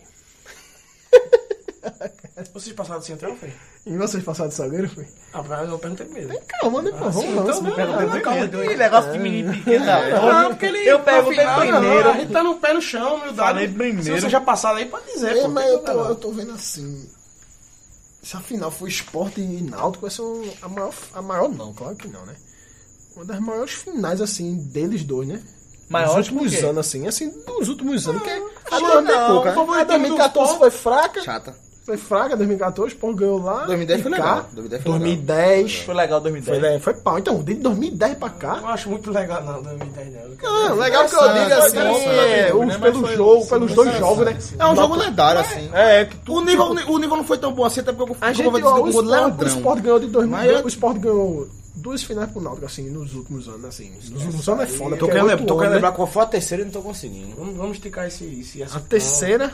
Vocês passaram do central, foi?
E vocês passaram de zagueiro, foi?
Ah, mas eu perguntei mesmo.
Calma, né, pô? Vamos lá. vamos lá.
Que negócio de menino pequeno,
então. É. Não,
não.
porque ele.
É Eu
na
perguntei
final, não,
primeiro.
a gente tá no pé no chão, humildade.
Falei primeiro.
Se você já passaram aí, pode dizer.
É,
pô,
mas
tem
eu
problema
tô,
não.
eu tô vendo assim. Se a final for esporte e náutico, vai ser um- a maior. A maior não, claro que não, né? Uma das maiores finais, assim, deles dois, né?
Maiores
dos últimos
por quê?
né?
Ah,
anos, assim, assim, dos últimos anos, que é.
acho
agora
que
tem
não.
pouco, né?
O favoritismo
A 2014
do
foi fraca,
Chata.
foi fraca, 2014, pô, ganhou lá.
2010 foi
e cá.
legal, 2010 foi legal.
2010,
Foi legal
foi,
2010.
le- foi pau. Então, de 2010 pra
Eu
cá.
não acho muito legal, não, 2010, não. Eu quero-
Não, Ah, legal que eu digo assim, é, os- pelo jogo, pelos dois jogos, né?
É um jogo lendário, assim.
É, que
O nível, o nível não foi tão bom assim, até porque eu
A gente,
como eu
ó,
disse,
o,
um gol do
Sport, o
Leandrão.
Sport ganhou de 2000,
Mas é- eu-
o Sport ganhou duas finais pro Náutico, assim, nos últimos anos, assim. Nos últimos anos é foda. porque
Tô
é
querendo,
oito
lembrar- tô
anos,
querendo
né?
lembrar qual foi a terceira e não tô conseguindo.
Vamos, vamos esticar esse, esse
A
né?
assunto.
terceira,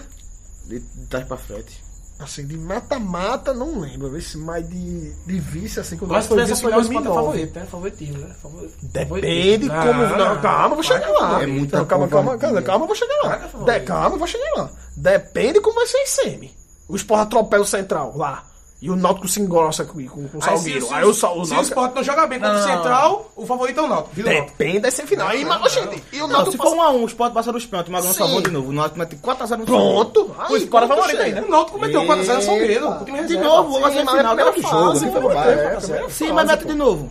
De de trás pra frente.
assim, de mata-mata, não lembro, vê se mais de, de vice, assim, quando
Mas se
foi
tivesse a
vice foi
final, o Sport é
2009.
favorito, né? Favoritismo, né? Favoritismo. Ah,
Depende como... Não, calma, eu vou chegar lá.
É muita
Não, calma, calma,
covardia.
calma, calma, eu vou chegar lá.
Caraca,
é De, calma, eu vou chegar lá. Depende como vai ser o ICM. O Sport atropela o Central, lá. E o Náutico se engrossa com, com, com o Salgueiro. Aí, o, Sa- o
se o
Náutico...
esporte não joga bem contra o
Não.
Central, o favorito é o Náutico. Vira o Náutico.
Depende da semifinal. Aí, mas, gente, e o
Não, se
Náutico
for
passa...
1x1, o Sport passa dos pênaltis, mas não
Sim.
salvou de novo. O Náutico mete 4x0 no
Pronto. Aí,
O Sport é favorito
chega.
ainda.
O Náutico meteu 4x0 no Salgueiro.
Eita.
o time
É. De
reserva.
novo,
Sim,
mas é
mas-
final,
primeira
é outro
fase,
jogo,
pô.
vai,
É,
vai,
primeira
vai. Sim,
fase,
mas mete
pô.
de novo.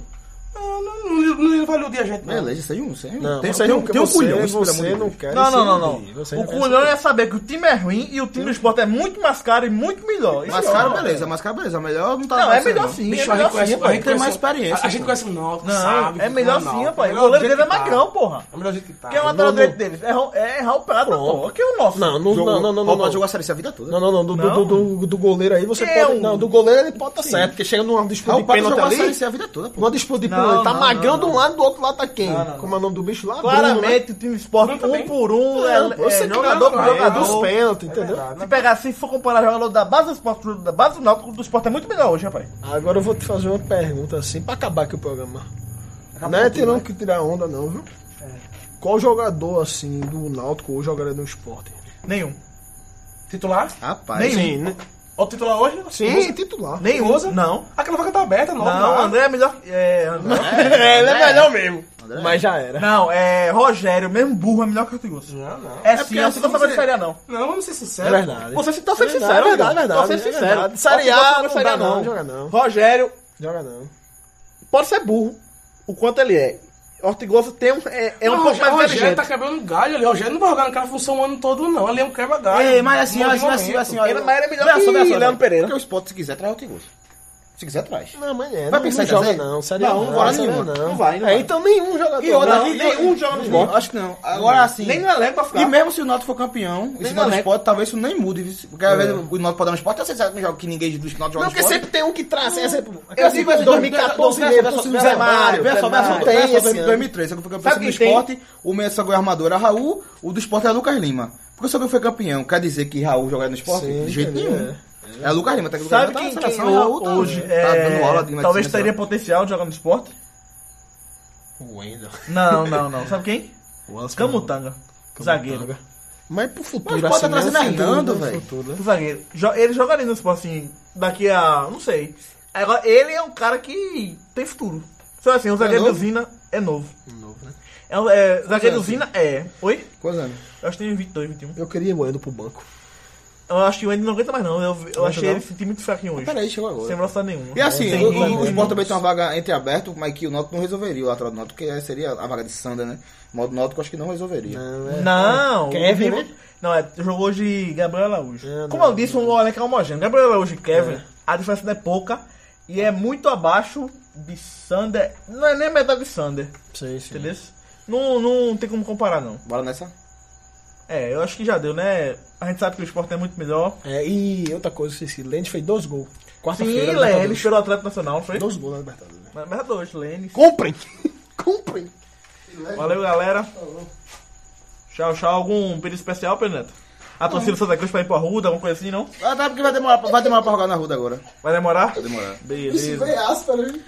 Não, não, não, não valeu de a gente, não.
Beleza, sem um, sem um.
Não,
tem,
você
tem,
não,
um- tem um
você-
culhão, isso, pelo amor
Você
de
não
Deus.
quer
Não,
se
não, não, não.
iludir. Você
O
quer
culhão é saber que o time é ruim e o time do esporte é muito mais caro e muito melhor. Isso
Mas
é
cara,
óbvio.
beleza, mas cara, beleza. Melhor não tá
Não, é
avançando,
melhor
não.
sim.
Bicho,
é
a gente
melhor
conhece,
sim,
a gente
tem
conhece-
mais experiência,
A, a gente
pô.
conhece o Náutico,
Não,
sabe?
é
que
melhor
tem o
sim,
Náutico,
rapaz. O
melhor do
goleiro
jeito
dele é
que tá.
magrão, porra.
É o melhor jeito que tá.
Quem é o lateral
não-
direito deles? É Ra- É Raul Prata, porra. Que é o nosso.
Não, não,
Jogou-
não, não, não, não,
Raul
não.
Pode jogar a série C a vida toda.
Não, não, não. Do, do-
Não.
do- do- do goleiro aí você
Que é
pode.
um-
Não, do goleiro ele pode tá certo, porque chega numa disputa
Raul
de
Pato
pênalti
jogou a série
ali.
C a vida toda, pô.
Numa disputa de
Não,
pênalti. Tá
não,
magrão
não,
de um
não.
lado, do outro lado tá quem?
não.
Como é o nome do bicho lá?
é.
né?
Claramente, o time do esporte,
Bruno
um
também.
por um, é,
Bruno, né?
é,
Você que
jogador por
jogador dos
jogador.
pênaltis, entendeu?
Se pegar, se for comparar jogador da base do esporte, da base do Náutico, do esporte é muito melhor hoje, rapaz.
Agora eu vou te fazer uma pergunta assim, pra acabar aqui o programa. não é tirando que tirar onda, não, viu? Qual jogador, assim, do Náutico ou jogaria no esporte?
Nenhum.
Titular?
Rapaz.
Nenhum.
né?
Ó, o titular hoje? né?
Sim, titular.
Nenhum. Não.
Aquela vaca tá aberta, não.
Não, André é melhor. que- É, André.
É, ele é melhor mesmo. Mas já era.
Não, é Rogério, mesmo burro, é melhor que o Tigoso.
Não, não.
É,
porque
sim, eu não
assim
tô sabendo
você-
de Série A, não.
Não, vamos ser
É
sinceros.
verdade.
Você tá sendo
É
sincero,
verdade, é
Guilherme.
verdade,
Tô sendo
é
sincero.
verdade. Série A,
Tô falando
não
Série
dá não, joga não.
Rogério
Joga não.
pode ser burro, o quanto ele é. Ortigoso tem um, é, é um
Mas
pouco mais
o Rogério
inteligente.
tá quebrando galho ali. O Rogério não vai jogar naquela função o ano todo, não. Ali é um quebra-galho.
Ei, mas assim,
Bom de
assim, assim,
momento.
assim, olha.
Ele- mas ele é melhor
Olha
que
olha olha
Leandro Pereira.
Porque o Sport, se quiser, traz o Tigoso. Se quiser, traz.
Não, mas é.
Vai
não,
pensar
não
em
joga
fazer?
não, série A
Não,
não,
não vai
série A
nenhuma.
não.
Não vai, não
É,
vai.
então nenhum jogador.
E outra,
Não,
nenhum joga no
Bom,
esporte.
acho que não. Agora assim.
Nem no elenco pra ficar.
E mesmo se o Náutico for campeão, em
Nem
cima do
Náutico.
esporte, talvez isso nem mude. viu? Porque às vezes o Náutico pode dar um esporte, eu sei que joga que ninguém dos Náutico joga
Não,
no
porque
esporte.
sempre tem um que traz. é sempre-
Eu digo assim,
2014
veja
mesmo,
só,
assim,
veja
Zé
só,
Mário,
veja só,
Zé
veja
Mário.
só, veja só,
Tem esse
2003, só é que eu fui campeão
Sabe
do
quem tem?
esporte, o Messi só governador era Raul, o do esporte era Lucas Lima. Porque só que eu fui campeão, quer dizer que Raul jogaria no esporte?
Sim,
de jeito
entendeu,
nenhum. É. Lucas Lima, tá que
Sabe
Lucas
quem,
Lima
quem
seleção, Raul tá-
hoje
tá
é,
dando aula de
talvez
medicina,
teria
sei
potencial de jogar no esporte?
O Wendel.
Não, não, não. Sabe quem? Camutanga. Zagueiro.
Mas pro futuro,
Mas pode
assim,
tá trazendo
né? Futuro,
Hernando,
né?
velho.
Futuro, né?
Zagueiro. Jo- Ele jogaria no esporte assim, daqui a. não sei. Agora, ele é um cara que tem futuro. Só assim, o zagueiro do
novo?
Zina é novo.
Novo, né?
É, um- é, zagueiro do Zina é. Oi?
lá. Quantos anos?
Eu acho que tem 22, 21.
Eu queria o Wendel pro banco.
Eu acho que o Andy não aguenta mais, não. Eu, eu achei
não?
ele sentir muito fraquinho hoje.
Peraí, chegou
Sem
agora.
velocidade nenhuma.
E assim,
Sem
o,
ritmo,
o, o
sem
Sport também
minutos.
tem uma vaga entreaberta, mas que o Náutico não resolveria o lateral do Náutico, que aí seria a vaga de Sanda, né? O modo Náutico acho que não resolveria.
Não,
Ah, é, Kevin,
o-
né?
Não, é, jogou de Gabriel Araújo.
É,
Como eu disse, o elenco é homogêneo. Gabriel Araújo e Kevin, a diferença não é pouca e é muito abaixo de Sander. Não é nem a metade de Sander,
Sim, sim.
entendeu? Não, não tem como comparar, não.
Bora nessa?
É, eu acho que já deu, né? A gente sabe que o esporte é muito melhor.
É, e outra coisa, esqueci. Lênis fez dois gols. Quarta-feira.
Sim,
Libertadores.
Lênis pelo Atlético Nacional, não foi?
Dois gols na Libertadores.
Na verdade, dois, Lênis.
Comprem! Comprem!
Valeu, galera. Tchau, tchau. Algum pedido especial, Penetra? A torcida do Santa Cruz pra ir pra Ruda, alguma coisa assim, não?
Ah, tá, porque vai demorar, pra- vai demorar pra jogar na Ruda agora.
Vai demorar?
Vai demorar.
Beleza.
áspero, hein?